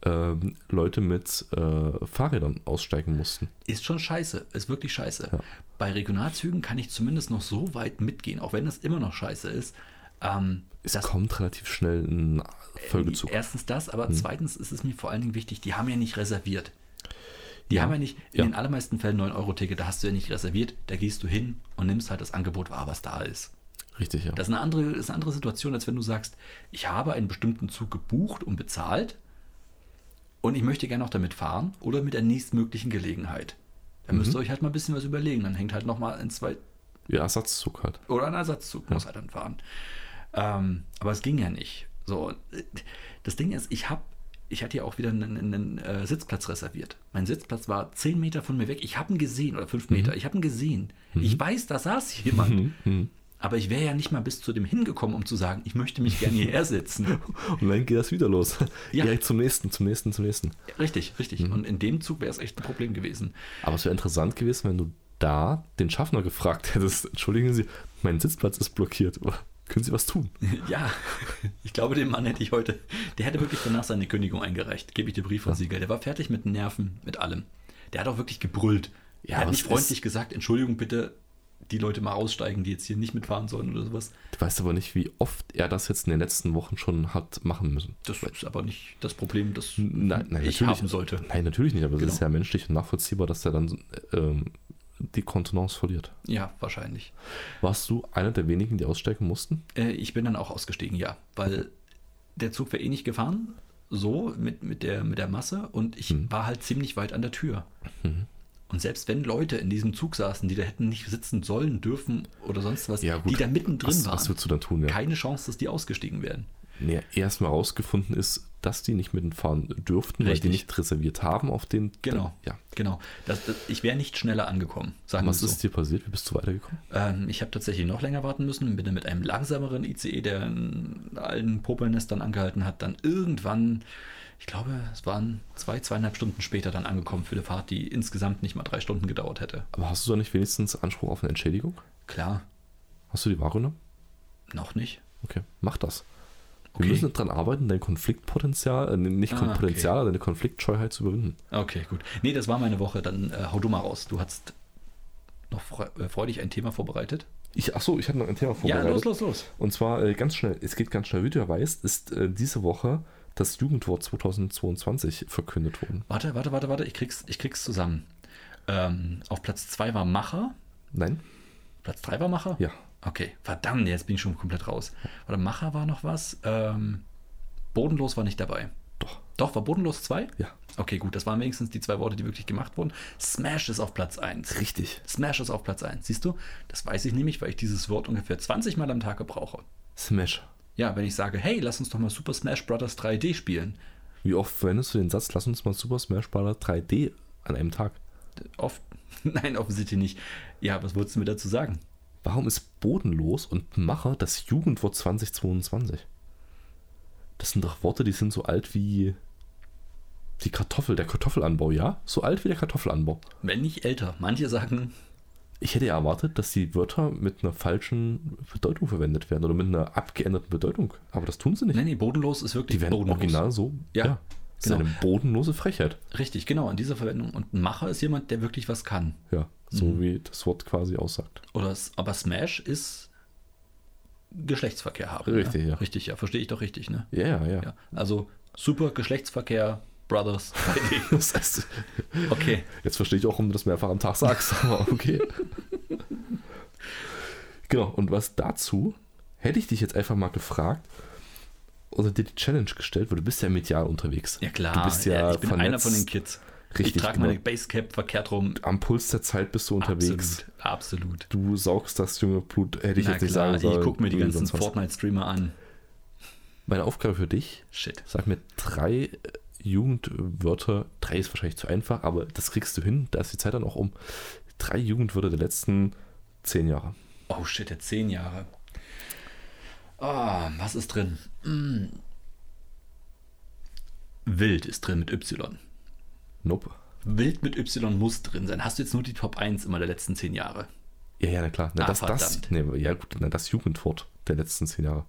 Speaker 1: ähm, Leute mit äh, Fahrrädern aussteigen mussten.
Speaker 2: ist schon scheiße. Ist wirklich scheiße. Bei Regionalzügen kann ich zumindest noch so weit mitgehen, auch wenn es immer noch scheiße ist. Ähm,
Speaker 1: Es
Speaker 2: dass-
Speaker 1: kommt relativ schnell ein Folgezug.
Speaker 2: Erstens das, aber zweitens ist es mir vor allen Dingen wichtig, die haben ja nicht reserviert. Die haben ja nicht, in
Speaker 1: Ja.
Speaker 2: den allermeisten Fällen 9-Euro-Ticket, da hast du ja nicht reserviert, da gehst du hin und nimmst halt das Angebot wahr, was da ist.
Speaker 1: Richtig, ja.
Speaker 2: Das ist eine andere, ist eine andere Situation, als wenn du sagst, ich habe einen bestimmten Zug gebucht und bezahlt und ich möchte gerne noch damit fahren oder mit der nächstmöglichen Gelegenheit. Dann müsst ihr euch halt mal ein bisschen was überlegen. Dann hängt halt nochmal ein zwei
Speaker 1: Ja, Ersatzzug halt.
Speaker 2: oder ein Ersatzzug muss halt dann fahren. Ähm, aber es ging ja nicht. So, äh, das Ding ist, ich habe, ich hatte ja auch wieder einen, einen, einen äh, Sitzplatz reserviert. Mein Sitzplatz war 10 Meter von mir weg. Ich habe ihn gesehen oder 5 Meter. Ich habe ihn gesehen. Ich weiß, da saß jemand.
Speaker 1: Mhm.
Speaker 2: Aber ich wäre ja nicht mal bis zu dem hingekommen, um zu sagen, ich möchte mich gerne hierher setzen.
Speaker 1: Und dann geht das wieder los.
Speaker 2: Ja.
Speaker 1: Direkt zum nächsten, zum nächsten, zum nächsten.
Speaker 2: richtig, richtig.
Speaker 1: Mhm.
Speaker 2: Und in dem Zug wäre es echt ein Problem gewesen.
Speaker 1: Aber es wäre interessant gewesen, wenn du da den Schaffner gefragt hättest: Entschuldigen Sie, mein Sitzplatz ist blockiert. Können Sie was tun?
Speaker 2: Ja, ich glaube, den Mann hätte ich heute. Der hätte wirklich danach seine Kündigung eingereicht. Gebe ich dir Brief und Siegel. Der war fertig mit Nerven, mit allem. Der hat auch wirklich gebrüllt.
Speaker 1: Ja,
Speaker 2: er hat
Speaker 1: aber
Speaker 2: nicht
Speaker 1: es
Speaker 2: freundlich gesagt, Entschuldigung, bitte die Leute mal raussteigen, die jetzt hier nicht mitfahren sollen oder sowas.
Speaker 1: Du weißt aber nicht, wie oft er das jetzt in den letzten Wochen schon hat machen müssen.
Speaker 2: Das ist aber nicht das Problem, das
Speaker 1: Nein, nein, natürlich-
Speaker 2: ich haben sollte.
Speaker 1: Nein, natürlich nicht, aber es ist
Speaker 2: Genau.
Speaker 1: ja menschlich und nachvollziehbar, dass er dann ähm, die Kontenance verliert.
Speaker 2: Ja, wahrscheinlich.
Speaker 1: Warst du einer der wenigen, die aussteigen mussten?
Speaker 2: Äh, ich bin dann auch ausgestiegen, ja, weil der Zug wäre eh nicht gefahren, so mit, mit, der, mit der Masse und ich
Speaker 1: Mhm.
Speaker 2: war halt ziemlich weit an der Tür. Und selbst wenn Leute in diesem Zug saßen, die da hätten nicht sitzen sollen, dürfen oder sonst was, die da mittendrin
Speaker 1: was,
Speaker 2: waren,
Speaker 1: Was würdest du dann tun? Ja?
Speaker 2: keine Chance, dass die ausgestiegen werden.
Speaker 1: Nee, erstmal rausgefunden ist, dass die nicht mitfahren dürften, weil die
Speaker 2: Richtig.
Speaker 1: nicht reserviert haben auf den.
Speaker 2: Genau.
Speaker 1: Ja.
Speaker 2: Genau. Das, das, ich wäre nicht schneller angekommen, sagen wir
Speaker 1: Was
Speaker 2: so.
Speaker 1: ist dir passiert? Wie bist du weitergekommen?
Speaker 2: Ähm, ich habe tatsächlich noch länger warten müssen und bin dann mit einem langsameren ICE, der in allen Popelnestern angehalten hat, dann irgendwann, ich glaube, es waren zwei, zweieinhalb Stunden später dann angekommen für eine Fahrt, die insgesamt nicht mal drei Stunden gedauert hätte.
Speaker 1: Aber hast du da nicht wenigstens Anspruch auf eine Entschädigung?
Speaker 2: Klar,
Speaker 1: Hast du die wahrgenommen?
Speaker 2: noch nicht.
Speaker 1: Okay, mach das. Wir
Speaker 2: Okay.
Speaker 1: müssen daran arbeiten, dein Konfliktpotenzial, äh, nicht
Speaker 2: Ah, okay.
Speaker 1: Potenzial, deine Konfliktscheuheit zu überwinden.
Speaker 2: Okay, gut. Nee, das war meine Woche. Dann äh, hau du mal raus. Du hast noch fre äh, freudig ein Thema vorbereitet.
Speaker 1: Ich, achso, ich hatte noch ein Thema vorbereitet.
Speaker 2: los, los.
Speaker 1: Und zwar äh, ganz schnell, es geht ganz schnell, wie du ja weißt, ist äh, diese Woche das Jugendwort 2022 verkündet worden.
Speaker 2: Warte, warte, warte, warte. Ich krieg's, ich krieg's zusammen. Ähm, auf Platz zwei war Macher.
Speaker 1: Nein?
Speaker 2: Platz drei war Macher?
Speaker 1: Ja.
Speaker 2: Okay, verdammt, jetzt bin ich schon komplett raus. Warte, Macher war noch was. Ähm, bodenlos war nicht dabei.
Speaker 1: Doch.
Speaker 2: Doch, war Bodenlos 2?
Speaker 1: Ja.
Speaker 2: Okay, gut, das waren wenigstens die zwei Worte, die wirklich gemacht wurden. Smash ist auf Platz 1.
Speaker 1: Richtig.
Speaker 2: Smash ist auf Platz 1. Siehst du? Das weiß ich nämlich, weil ich dieses Wort ungefähr 20 Mal am Tag gebrauche.
Speaker 1: Smash.
Speaker 2: Ja, wenn ich sage, hey, lass uns doch mal Super Smash Bros. 3D spielen.
Speaker 1: Wie oft verwendest du den Satz, lass uns mal Super Smash Bros. 3D an einem Tag?
Speaker 2: Oft. Nein, offensichtlich nicht. Ja, was würdest du mir dazu sagen?
Speaker 1: Warum ist bodenlos und Macher das Jugendwort 2022? Das sind doch Worte, die sind so alt wie die Kartoffel, der Kartoffelanbau, ja? So alt wie der Kartoffelanbau.
Speaker 2: Wenn nicht älter. Manche sagen,
Speaker 1: Ich hätte ja erwartet, dass die Wörter mit einer falschen Bedeutung verwendet werden oder mit einer abgeänderten Bedeutung. Aber das tun sie nicht.
Speaker 2: nee, nee, bodenlos ist wirklich
Speaker 1: die werden original so.
Speaker 2: Ja,
Speaker 1: Das ist eine bodenlose Frechheit.
Speaker 2: Richtig, genau, an dieser Verwendung. Und ein Macher ist jemand, der wirklich was kann.
Speaker 1: Ja, so wie das Wort quasi aussagt.
Speaker 2: Oder s- aber Smash ist Geschlechtsverkehr haben. ne?
Speaker 1: Richtig, ja.
Speaker 2: Richtig, ja, verstehe ich doch richtig, ne?
Speaker 1: Ja, ja, ja.
Speaker 2: Ja. Also super Geschlechtsverkehr, Brothers.
Speaker 1: Das heißt,
Speaker 2: Okay.
Speaker 1: jetzt verstehe ich auch, warum du das mehrfach am Tag sagst, aber okay. genau, und was dazu, hätte ich dich jetzt einfach mal gefragt oder dir die Challenge gestellt, weil du bist ja medial unterwegs.
Speaker 2: Ja klar,
Speaker 1: Du bist ja,
Speaker 2: ich bin
Speaker 1: vernetzt,
Speaker 2: einer von den Kids. ich
Speaker 1: Richtig,
Speaker 2: trage
Speaker 1: genau.
Speaker 2: meine Basecap verkehrt rum.
Speaker 1: Am Puls der Zeit bist du unterwegs.
Speaker 2: Absolut, absolut.
Speaker 1: du saugst das junge Blut, hätte ich
Speaker 2: Na
Speaker 1: jetzt nicht
Speaker 2: klar,
Speaker 1: sagen sollen.
Speaker 2: ich gucke mir die
Speaker 1: Wie
Speaker 2: ganzen
Speaker 1: sonst was.
Speaker 2: Fortnite-Streamer an.
Speaker 1: Meine Aufgabe für dich,
Speaker 2: Shit.
Speaker 1: sag mir drei äh, Jugendwörter, drei ist wahrscheinlich zu einfach, aber das kriegst du hin, da ist die Zeit dann auch um. Drei Jugendwörter der letzten zehn Jahre.
Speaker 2: Oh shit, der zehn Jahre. Ah, was ist drin? Mm. Wild ist drin mit Y.
Speaker 1: Nope.
Speaker 2: Wild mit Y muss drin sein. Hast du jetzt nur die Top 1 immer der letzten 10 Jahre?
Speaker 1: Ja, ja, na klar. Na,
Speaker 2: Ah,
Speaker 1: das, das, nee, ja, gut, na, das Jugendwort der letzten zehn Jahre.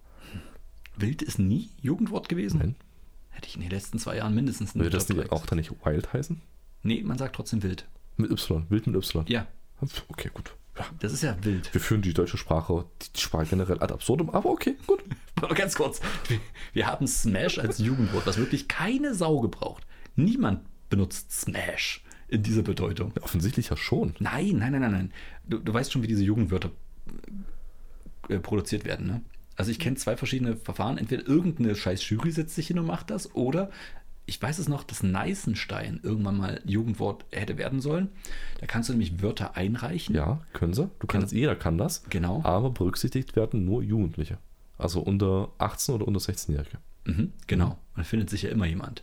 Speaker 2: Wild ist nie Jugendwort gewesen?
Speaker 1: Nein.
Speaker 2: Hätte ich in den letzten zwei Jahren mindestens
Speaker 1: Würde das
Speaker 2: Top
Speaker 1: nicht,
Speaker 2: 3.
Speaker 1: auch dann nicht Wild heißen?
Speaker 2: Nee, man sagt trotzdem wild.
Speaker 1: Mit Y, wild mit Y.
Speaker 2: Ja,
Speaker 1: Pf, Okay, gut. Ja.
Speaker 2: das ist ja wild.
Speaker 1: Wir führen die deutsche Sprache, die Sprache generell ad absurdum, aber okay, gut.
Speaker 2: Aber ganz kurz, wir- wir haben Smash als Jugendwort, was wirklich keine Sau gebraucht. Niemand benutzt Smash in dieser Bedeutung.
Speaker 1: Offensichtlich ja schon.
Speaker 2: Nein, nein, nein, nein, nein. Du, du weißt schon, wie diese Jugendwörter äh, produziert werden, ne? Also ich kenne zwei verschiedene Verfahren. Entweder irgendeine scheiß Jury setzt sich hin und macht das, oder ich weiß es noch, dass Neißenstein irgendwann mal Jugendwort hätte werden sollen. Da kannst du nämlich Wörter einreichen.
Speaker 1: Ja, Ah. können sie. Du kannst, jeder kann das.
Speaker 2: Genau.
Speaker 1: Aber berücksichtigt werden nur Jugendliche. Also unter 18 oder unter 16-Jährige.
Speaker 2: Mhm, genau. Man findet sich ja immer jemand.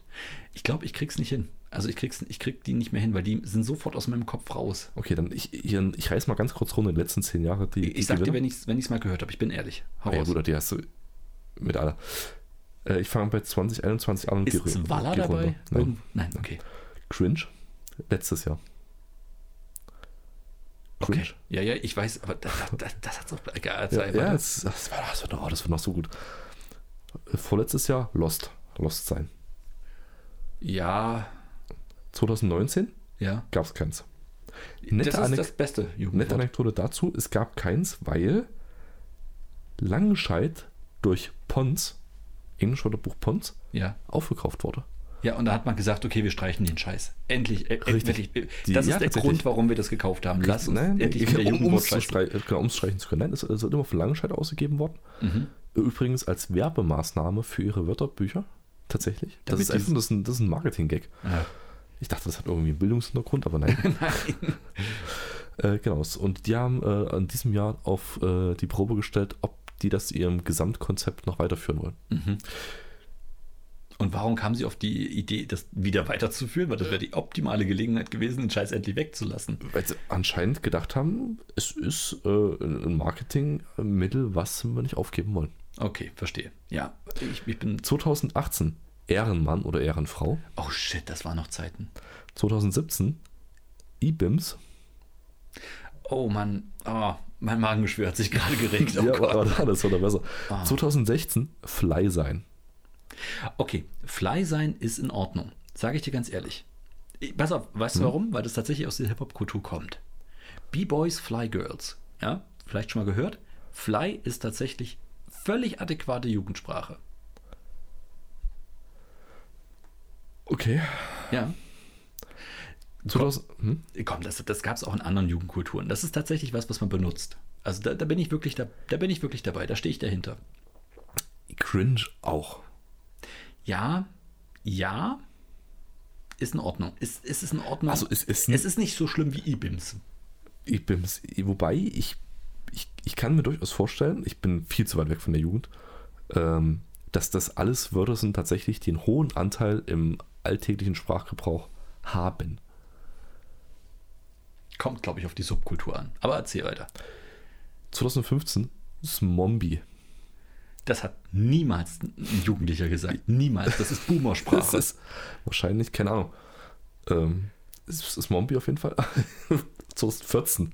Speaker 2: Ich glaube, ich krieg's nicht hin. Also ich krieg's, ich krieg die nicht mehr hin, weil die sind sofort aus meinem Kopf raus.
Speaker 1: Okay, dann ich, ich, ich reiß mal ganz kurz runter die letzten zehn Jahre. Die,
Speaker 2: Ich,
Speaker 1: die
Speaker 2: ich sag dir,
Speaker 1: Gewinner.
Speaker 2: wenn ich's, wenn ich's mal gehört habe, ich bin ehrlich. Hau
Speaker 1: Ah ja,
Speaker 2: raus.
Speaker 1: gut, die hast du mit aller. Äh, ich fange bei 2021 an und
Speaker 2: Ist
Speaker 1: geh-
Speaker 2: Zwaller
Speaker 1: geh
Speaker 2: dabei?
Speaker 1: runter.
Speaker 2: Irgend-
Speaker 1: Nein.
Speaker 2: Nein, okay.
Speaker 1: Cringe. Letztes Jahr.
Speaker 2: okay.
Speaker 1: Cringe.
Speaker 2: Ja, ja, ich weiß, aber das, das, das hat's auch. Egal,
Speaker 1: Ja,
Speaker 2: erzähl
Speaker 1: ja
Speaker 2: weiter.
Speaker 1: das, das, war, das, wird noch, das wird noch so gut. Äh, Vorletztes Jahr Lost. Lost sein.
Speaker 2: ne? ja,
Speaker 1: 2019
Speaker 2: ja.
Speaker 1: gab es keins. Nette,
Speaker 2: das
Speaker 1: Anek
Speaker 2: ist das beste
Speaker 1: nette
Speaker 2: Jugendwort.
Speaker 1: Anekdote dazu: Es gab keins, weil Langenscheid durch Pons, Englisch Wörterbuch Pons,
Speaker 2: Ja.
Speaker 1: aufgekauft wurde.
Speaker 2: ja, und da hat man gesagt, okay, wir streichen den Scheiß. Endlich, äh,
Speaker 1: Richtig.
Speaker 2: endlich. äh,
Speaker 1: Die-
Speaker 2: Das
Speaker 1: ja,
Speaker 2: ist der
Speaker 1: tatsächlich.
Speaker 2: Grund, warum wir das gekauft haben. Lass uns
Speaker 1: Nein,
Speaker 2: endlich wieder
Speaker 1: um,
Speaker 2: Jugendwort
Speaker 1: um's zu
Speaker 2: streichen.
Speaker 1: strei- genau, um's streichen zu können. Nein, es, es wird immer für Langenscheid ausgegeben worden.
Speaker 2: Mhm.
Speaker 1: Übrigens als Werbemaßnahme für ihre Wörterbücher. Tatsächlich. Das
Speaker 2: Damit
Speaker 1: ist einfach
Speaker 2: die-
Speaker 1: das ist ein, das ist ein Marketing-Gag.
Speaker 2: Ja.
Speaker 1: Ich dachte, das hat irgendwie einen Bildungshintergrund, aber nein.
Speaker 2: Nein.
Speaker 1: äh, genau. Und die haben äh, an diesem Jahr auf äh, die Probe gestellt, ob die das zu ihrem Gesamtkonzept noch weiterführen wollen.
Speaker 2: Und warum kam sie auf die Idee, das wieder weiterzuführen? Weil das wäre die optimale Gelegenheit gewesen, den Scheiß endlich wegzulassen.
Speaker 1: Weil sie anscheinend gedacht haben, es ist äh, ein Marketingmittel, was wir nicht aufgeben wollen.
Speaker 2: Okay, verstehe. Ja, ich, ich bin.
Speaker 1: 2018 Ehrenmann oder Ehrenfrau.
Speaker 2: Oh shit, das waren noch Zeiten.
Speaker 1: 2017 IBIMS.
Speaker 2: Oh Mann, oh, mein Magengeschwür hat sich gerade geregt. Oh
Speaker 1: ja,
Speaker 2: Gott.
Speaker 1: war, war, das war doch besser.
Speaker 2: Ah.
Speaker 1: 2016 Fly sein.
Speaker 2: Okay, Fly sein ist in Ordnung. Sage ich dir ganz ehrlich. Ich- Pass auf, weißt
Speaker 1: Hm?
Speaker 2: du warum? Weil das tatsächlich aus der Hip-Hop-Kultur kommt. B-Boys, Fly Girls. Ja, vielleicht schon mal gehört. Fly ist tatsächlich völlig adäquate Jugendsprache.
Speaker 1: Okay.
Speaker 2: Ja,
Speaker 1: 2000, hm?
Speaker 2: komm, das, das gab es auch in anderen Jugendkulturen. Das ist tatsächlich was, was man benutzt. Also da, da bin ich wirklich da, da bin ich wirklich dabei, da stehe ich dahinter.
Speaker 1: Cringe auch.
Speaker 2: Ja, ja, ist in Ordnung. Ist, ist es in Ordnung?
Speaker 1: Also es ist-
Speaker 2: es ist nicht so schlimm wie IBIMS.
Speaker 1: IBIMS. Wobei ich, ich, ich kann mir durchaus vorstellen, ich bin viel zu weit weg von der Jugend, ähm, dass das alles Wörter sind tatsächlich, die einen hohen Anteil im alltäglichen Sprachgebrauch haben.
Speaker 2: Kommt, glaube ich, auf die Subkultur an. Aber erzähl weiter.
Speaker 1: 2015 Smombie.
Speaker 2: Das hat niemals ein Jugendlicher gesagt. Niemals. Das ist
Speaker 1: Das
Speaker 2: Boomersprache.
Speaker 1: ist wahrscheinlich, keine Ahnung. Ähm, ist, ist Mombi auf jeden Fall. 2014.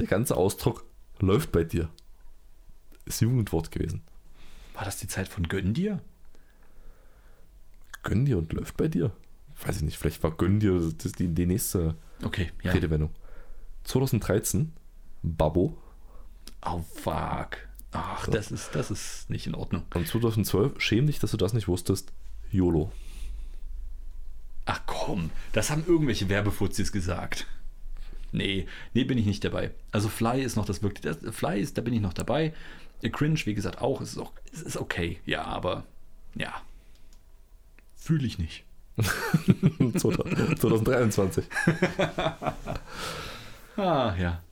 Speaker 1: Der ganze Ausdruck läuft bei dir. Ist Jugendwort gewesen.
Speaker 2: War das die Zeit von Gönn dir?
Speaker 1: Gönn dir und läuft bei dir. Weiß ich nicht, vielleicht war Gönn dir das- die, die nächste
Speaker 2: Okay, ja.
Speaker 1: Redewendung. 2013, Babbo.
Speaker 2: Oh, fuck. Ach, das ist, das ist nicht in Ordnung.
Speaker 1: Und 2012, schäm dich, dass du das nicht wusstest, YOLO.
Speaker 2: Ach komm, das haben irgendwelche Werbefuzis gesagt. Nee, nee, bin ich nicht dabei. Also Fly ist noch das wirklich. Das, Fly ist, da bin ich noch dabei. Äh, Cringe, wie gesagt, auch. Es ist, auch, es ist okay. Ja, aber ja. Fühle ich nicht.
Speaker 1: 2023.
Speaker 2: Ah, ja.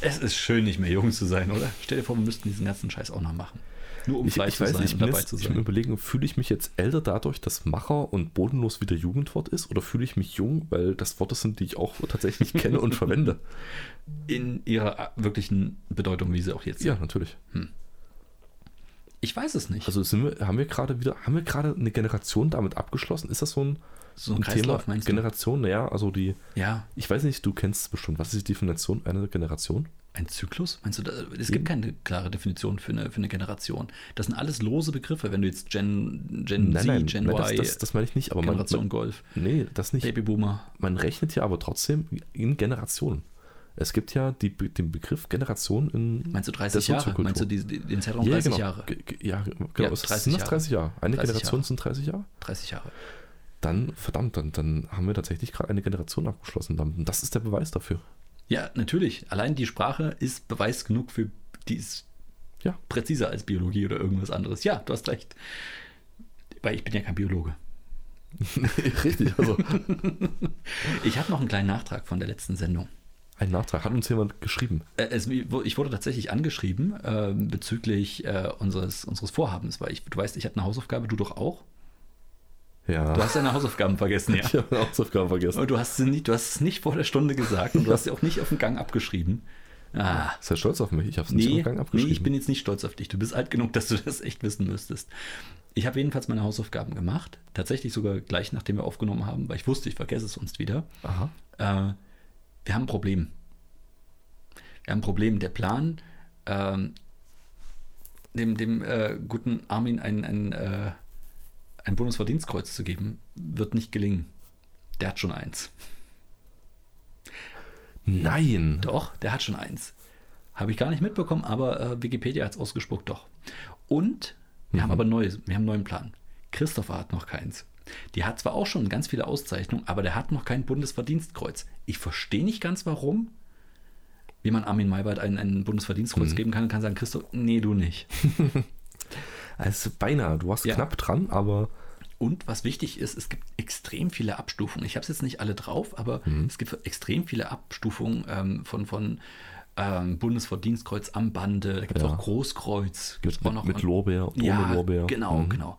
Speaker 2: Es ist schön, nicht mehr jung zu sein, oder? Stell dir vor, wir müssten diesen ganzen Scheiß auch noch machen. Nur um
Speaker 1: Ich,
Speaker 2: Fleisch
Speaker 1: ich
Speaker 2: zu
Speaker 1: weiß,
Speaker 2: sein
Speaker 1: ich
Speaker 2: und
Speaker 1: bin,
Speaker 2: dabei
Speaker 1: jetzt,
Speaker 2: zu
Speaker 1: ich bin
Speaker 2: sein.
Speaker 1: überlegen, fühle ich mich jetzt älter dadurch, dass Macher und bodenlos wieder Jugendwort ist oder fühle ich mich jung, weil das Worte sind, die ich auch tatsächlich kenne und verwende?
Speaker 2: In ihrer äh, wirklichen Bedeutung, wie sie auch jetzt
Speaker 1: Ja,
Speaker 2: sind.
Speaker 1: natürlich.
Speaker 2: Ich weiß es nicht.
Speaker 1: Also sind wir, haben wir gerade wieder, haben wir gerade eine Generation damit abgeschlossen? Ist das so ein,
Speaker 2: So ein Kreislauf, meinst du?
Speaker 1: Generation, naja, also die,
Speaker 2: ja,
Speaker 1: ich weiß nicht, du kennst es bestimmt. Was ist die Definition einer Generation?
Speaker 2: ein Zyklus? Meinst du, da, es gibt keine klare Definition für eine, für eine Generation. Das sind alles lose Begriffe, wenn du jetzt Gen, Gen Z, Gen Y,
Speaker 1: das, das, das meine ich nicht, aber man,
Speaker 2: Generation
Speaker 1: man,
Speaker 2: Golf,
Speaker 1: nee, das nicht.
Speaker 2: Babyboomer.
Speaker 1: man rechnet ja aber trotzdem in Generationen. Es gibt ja die, Be- den Begriff Generation in.
Speaker 2: Meinst du 30
Speaker 1: der
Speaker 2: Jahre?
Speaker 1: Soziokultur.
Speaker 2: Meinst du die, die, den Zeitraum
Speaker 1: ja,
Speaker 2: 30
Speaker 1: genau.
Speaker 2: Jahre?
Speaker 1: Ge- ge- Ja, genau.
Speaker 2: Ja,
Speaker 1: es
Speaker 2: 30
Speaker 1: sind noch
Speaker 2: Jahre.
Speaker 1: 30 Jahre. Eine
Speaker 2: 30
Speaker 1: Generation
Speaker 2: Jahre.
Speaker 1: sind 30 Jahre?
Speaker 2: 30 Jahre.
Speaker 1: Dann, verdammt, dann, dann haben wir tatsächlich gerade eine Generation abgeschlossen. damit. Und das ist der Beweis dafür.
Speaker 2: Ja, natürlich. Allein die Sprache ist Beweis genug für, die ist
Speaker 1: Ja.
Speaker 2: präziser als Biologie oder irgendwas anderes. Ja, du hast recht. Weil ich bin ja kein Biologe.
Speaker 1: Richtig, also
Speaker 2: Ich habe noch einen kleinen Nachtrag von der letzten Sendung.
Speaker 1: ein Nachtrag. Hat uns jemand geschrieben.
Speaker 2: Äh, Es, ich wurde tatsächlich angeschrieben ähm, bezüglich äh, unseres, unseres Vorhabens, weil ich, du weißt, ich hatte eine Hausaufgabe, du doch auch.
Speaker 1: Ja.
Speaker 2: Du hast deine Hausaufgaben vergessen, ja.
Speaker 1: ich habe eine Hausaufgabe vergessen.
Speaker 2: Und du hast, sie nie, du hast es nicht vor der Stunde gesagt und du hast sie auch nicht auf den Gang abgeschrieben. Ah,
Speaker 1: Sei stolz auf mich. Ich habe es nicht
Speaker 2: nee,
Speaker 1: am Gang
Speaker 2: nee,
Speaker 1: abgeschrieben.
Speaker 2: ich bin jetzt nicht stolz auf dich. Du bist alt genug, dass du das echt wissen müsstest. Ich habe jedenfalls meine Hausaufgaben gemacht. Tatsächlich sogar gleich, nachdem wir aufgenommen haben, weil ich wusste, ich vergesse es sonst wieder.
Speaker 1: Aha.
Speaker 2: Äh, wir haben ein Problem. Wir haben ein Problem. Der Plan, ähm, dem, dem äh, guten Armin ein, ein, äh, ein Bundesverdienstkreuz zu geben, wird nicht gelingen. Der hat schon eins.
Speaker 1: Nein.
Speaker 2: Doch, der hat schon eins. Habe ich gar nicht mitbekommen, aber äh, Wikipedia hat es ausgespuckt, doch. Und wir haben aber neues, wir haben einen neuen Plan. Christopher hat noch keins. Die hat zwar auch schon ganz viele Auszeichnungen, aber der hat noch kein Bundesverdienstkreuz. Ich verstehe nicht ganz, warum, wie man Armin Maywald ein, ein Bundesverdienstkreuz geben kann und kann sagen, Christoph, nee, du nicht.
Speaker 1: Also beinahe. Du warst
Speaker 2: Ja.
Speaker 1: knapp dran, aber
Speaker 2: Und was wichtig ist, es gibt extrem viele Abstufungen. Ich habe es jetzt nicht alle drauf, aber
Speaker 1: Mhm.
Speaker 2: es gibt extrem viele Abstufungen ähm, von, von ähm, Bundesverdienstkreuz am Bande. Da gibt es
Speaker 1: Ja.
Speaker 2: auch Großkreuz. Gibt's
Speaker 1: mit, mit, mit Lorbeer und
Speaker 2: ja,
Speaker 1: ohne Lorbeer.
Speaker 2: Genau,
Speaker 1: Mhm.
Speaker 2: genau.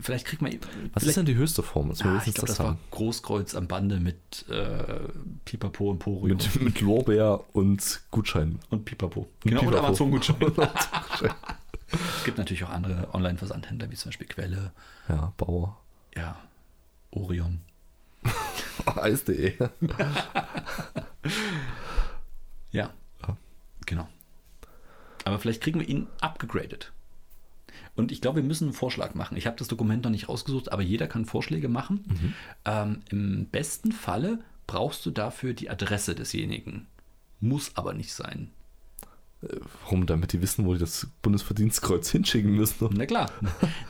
Speaker 2: Vielleicht kriegt man.
Speaker 1: Was ist
Speaker 2: vielleicht,
Speaker 1: denn die höchste Form? Dass wir
Speaker 2: ah, ich
Speaker 1: wenigstens
Speaker 2: glaube, das war
Speaker 1: haben.
Speaker 2: Großkreuz am Bande mit äh, Pipapo Emporium
Speaker 1: Mit, mit Lorbeer und Gutschein.
Speaker 2: und Pipapo. Genau, und
Speaker 1: Pipapo.
Speaker 2: Amazon-Gutschein. es gibt natürlich auch andere Online-Versandhändler, wie zum Beispiel Quelle,
Speaker 1: Ja, Bauer.
Speaker 2: ja, Orion.
Speaker 1: Eis.de.
Speaker 2: Ja.
Speaker 1: Ja.
Speaker 2: Genau. Aber vielleicht kriegen wir ihn abgegradet. Und ich glaube, wir müssen einen Vorschlag machen. Ich habe das Dokument noch nicht rausgesucht, aber jeder kann Vorschläge machen.
Speaker 1: Mhm.
Speaker 2: Ähm, Im besten Falle brauchst du dafür die Adresse desjenigen. Muss aber nicht sein.
Speaker 1: Warum? Damit die wissen, wo die das Bundesverdienstkreuz hinschicken müssen.
Speaker 2: Na klar.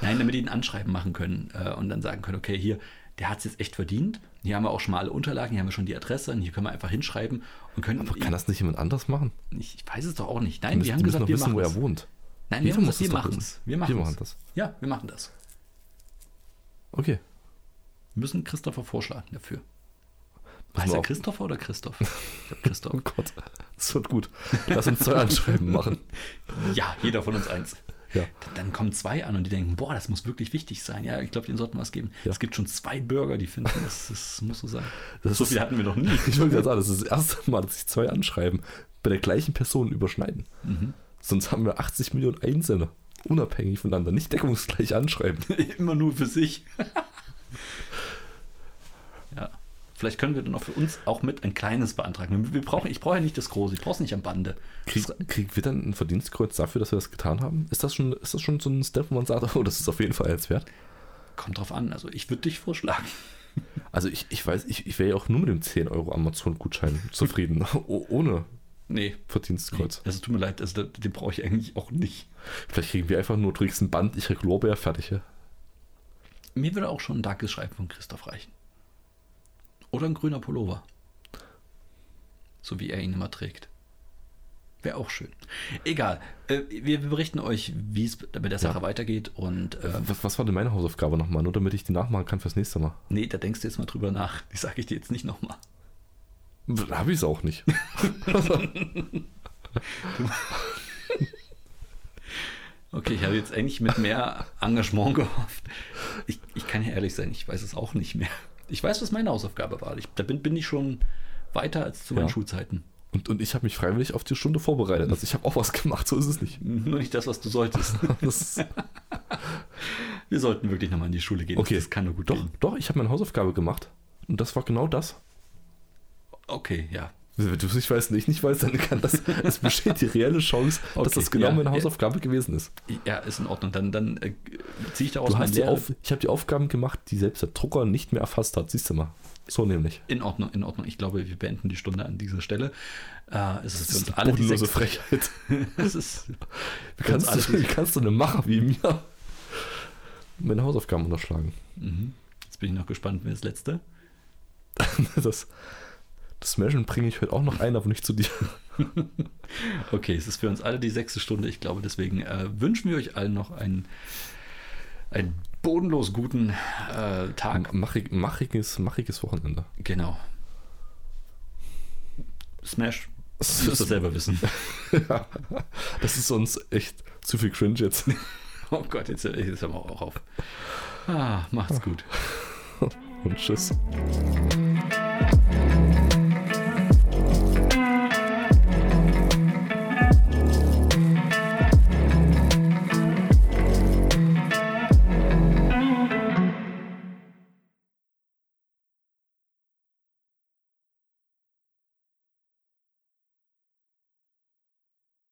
Speaker 2: Nein, damit die ein Anschreiben machen können äh, und dann sagen können, okay, hier, der hat es jetzt echt verdient. Hier haben wir auch schmale Unterlagen, hier haben wir schon die Adresse und hier können wir einfach hinschreiben und können.
Speaker 1: Aber kann das nicht jemand anders machen?
Speaker 2: ich, ich weiß es doch auch nicht. Nein,
Speaker 1: Die müssen,
Speaker 2: wir Äh, haben
Speaker 1: die müssen
Speaker 2: gesagt, wir
Speaker 1: doch wissen, wo
Speaker 2: machen es.
Speaker 1: er wohnt.
Speaker 2: Nein,
Speaker 1: Jeder
Speaker 2: wir, haben
Speaker 1: muss
Speaker 2: gesagt, wir
Speaker 1: das doch
Speaker 2: machen es.
Speaker 1: wissen.
Speaker 2: Wir
Speaker 1: Wir
Speaker 2: machen
Speaker 1: machen
Speaker 2: es.
Speaker 1: das.
Speaker 2: Ja, wir machen das.
Speaker 1: Okay.
Speaker 2: Wir müssen Christopher vorschlagen dafür.
Speaker 1: Müssen
Speaker 2: Heißt
Speaker 1: wir
Speaker 2: er
Speaker 1: auch-
Speaker 2: Christopher oder Christoph? Ich glaub, Christoph.
Speaker 1: Oh Gott. Das wird gut. Lass uns zwei Anschreiben machen.
Speaker 2: ja, jeder von uns eins.
Speaker 1: Ja.
Speaker 2: Dann- Dann kommen zwei an und die denken, boah, das muss wirklich wichtig sein. Ja, ich glaube, denen sollten wir was geben.
Speaker 1: Ja.
Speaker 2: Es gibt schon zwei Bürger, die finden, das, das muss so sein.
Speaker 1: Das
Speaker 2: so
Speaker 1: ist-
Speaker 2: viel hatten wir noch nie.
Speaker 1: Ich wollte gerade sagen, das ist das erste Mal, dass sich zwei Anschreiben bei der gleichen Person überschneiden. Sonst haben wir 80 Millionen Einsender. Unabhängig voneinander. Nicht deckungsgleich anschreiben.
Speaker 2: Immer nur für sich. ja. Vielleicht können wir dann auch für uns auch mit ein kleines beantragen. Wir- Wir brauchen, ich brauche ja nicht das Große, ich brauche es nicht am Bande.
Speaker 1: Krieg, kriegen wir dann ein Verdienstkreuz dafür, dass wir das getan haben? Ist das schon, ist das schon so ein Step, wo man sagt, oh, das ist auf jeden Fall eins wert?
Speaker 2: Kommt drauf an. Also ich würde dich vorschlagen.
Speaker 1: Also ich, ich weiß, ich, ich wäre ja auch nur mit dem 10 Euro Amazon-Gutschein zufrieden. O ohne
Speaker 2: Nee,
Speaker 1: Verdienstkreuz.
Speaker 2: Also tut mir leid, also den, den brauche ich eigentlich auch nicht.
Speaker 1: Vielleicht kriegen wir einfach nur, du kriegst ein Band, ich krieg Lorbeer, fertig. Ja.
Speaker 2: Mir würde auch schon ein dankes Schreiben von Christoph reichen. Oder ein grüner Pullover. So wie er ihn immer trägt. Wäre auch schön. Egal. Äh, wir, wir berichten euch, wie es bei der Sache weitergeht. Und äh,
Speaker 1: Was, was war denn meine Hausaufgabe nochmal? Nur damit ich die nachmachen kann fürs nächste Mal.
Speaker 2: nee, da denkst du jetzt mal drüber nach. Die sage ich dir jetzt nicht nochmal.
Speaker 1: Habe ich es auch nicht.
Speaker 2: Okay, ich habe jetzt eigentlich mit mehr Engagement gehofft. Ich, ich kann ja ehrlich sein, ich weiß es auch nicht mehr. Ich weiß, was meine Hausaufgabe war. Ich, da bin, bin ich schon weiter als zu meinen
Speaker 1: Ja.
Speaker 2: Schulzeiten.
Speaker 1: Und, und ich habe mich freiwillig auf die Stunde vorbereitet. Also ich habe auch was gemacht, so ist es nicht.
Speaker 2: Nur nicht das, was du solltest.
Speaker 1: Das,
Speaker 2: Wir sollten wirklich nochmal in die Schule gehen.
Speaker 1: okay.
Speaker 2: Das kann nur gut
Speaker 1: Doch,
Speaker 2: gehen.
Speaker 1: doch, ich habe meine Hausaufgabe gemacht. Und das war genau das.
Speaker 2: Okay, ja.
Speaker 1: Wenn du es nicht weißt und ich nicht weiß, dann kann das. Es besteht die reelle Chance, dass
Speaker 2: Okay,
Speaker 1: das genau
Speaker 2: ja,
Speaker 1: meine
Speaker 2: ja.
Speaker 1: Hausaufgabe gewesen ist.
Speaker 2: Ja, ist in Ordnung. Dann, dann äh, ziehe ich daraus
Speaker 1: Du hast die
Speaker 2: Lehrer-
Speaker 1: auf, ich habe die Aufgaben gemacht, die selbst der Drucker nicht mehr erfasst hat. Siehst du mal. So nämlich.
Speaker 2: In Ordnung, in Ordnung. Ich glaube, wir beenden die Stunde an dieser Stelle. Äh, es ist für uns
Speaker 1: eine
Speaker 2: alle die
Speaker 1: bodenlose
Speaker 2: sechste.
Speaker 1: Frechheit.
Speaker 2: Es ist
Speaker 1: Wie
Speaker 2: für uns alle
Speaker 1: kannst, du, wie
Speaker 2: die
Speaker 1: kannst du eine Macher wie mir meine Hausaufgaben unterschlagen?
Speaker 2: mhm. Jetzt bin ich noch gespannt, wer das letzte.
Speaker 1: Das, das Smashen bringe ich heute auch noch ein, aber nicht zu dir.
Speaker 2: Okay, es ist für uns alle die sechste Stunde. Ich glaube, deswegen äh, wünschen wir euch allen noch einen Einen bodenlos guten äh, Tag.
Speaker 1: Machig, machiges, machiges Wochenende.
Speaker 2: Genau. Smash. Das müsst ihr selber wissen.
Speaker 1: Ja. Das ist sonst echt zu viel Cringe jetzt.
Speaker 2: Oh Gott, jetzt, jetzt haben wir auch auf. Ah, macht's gut.
Speaker 1: Und tschüss.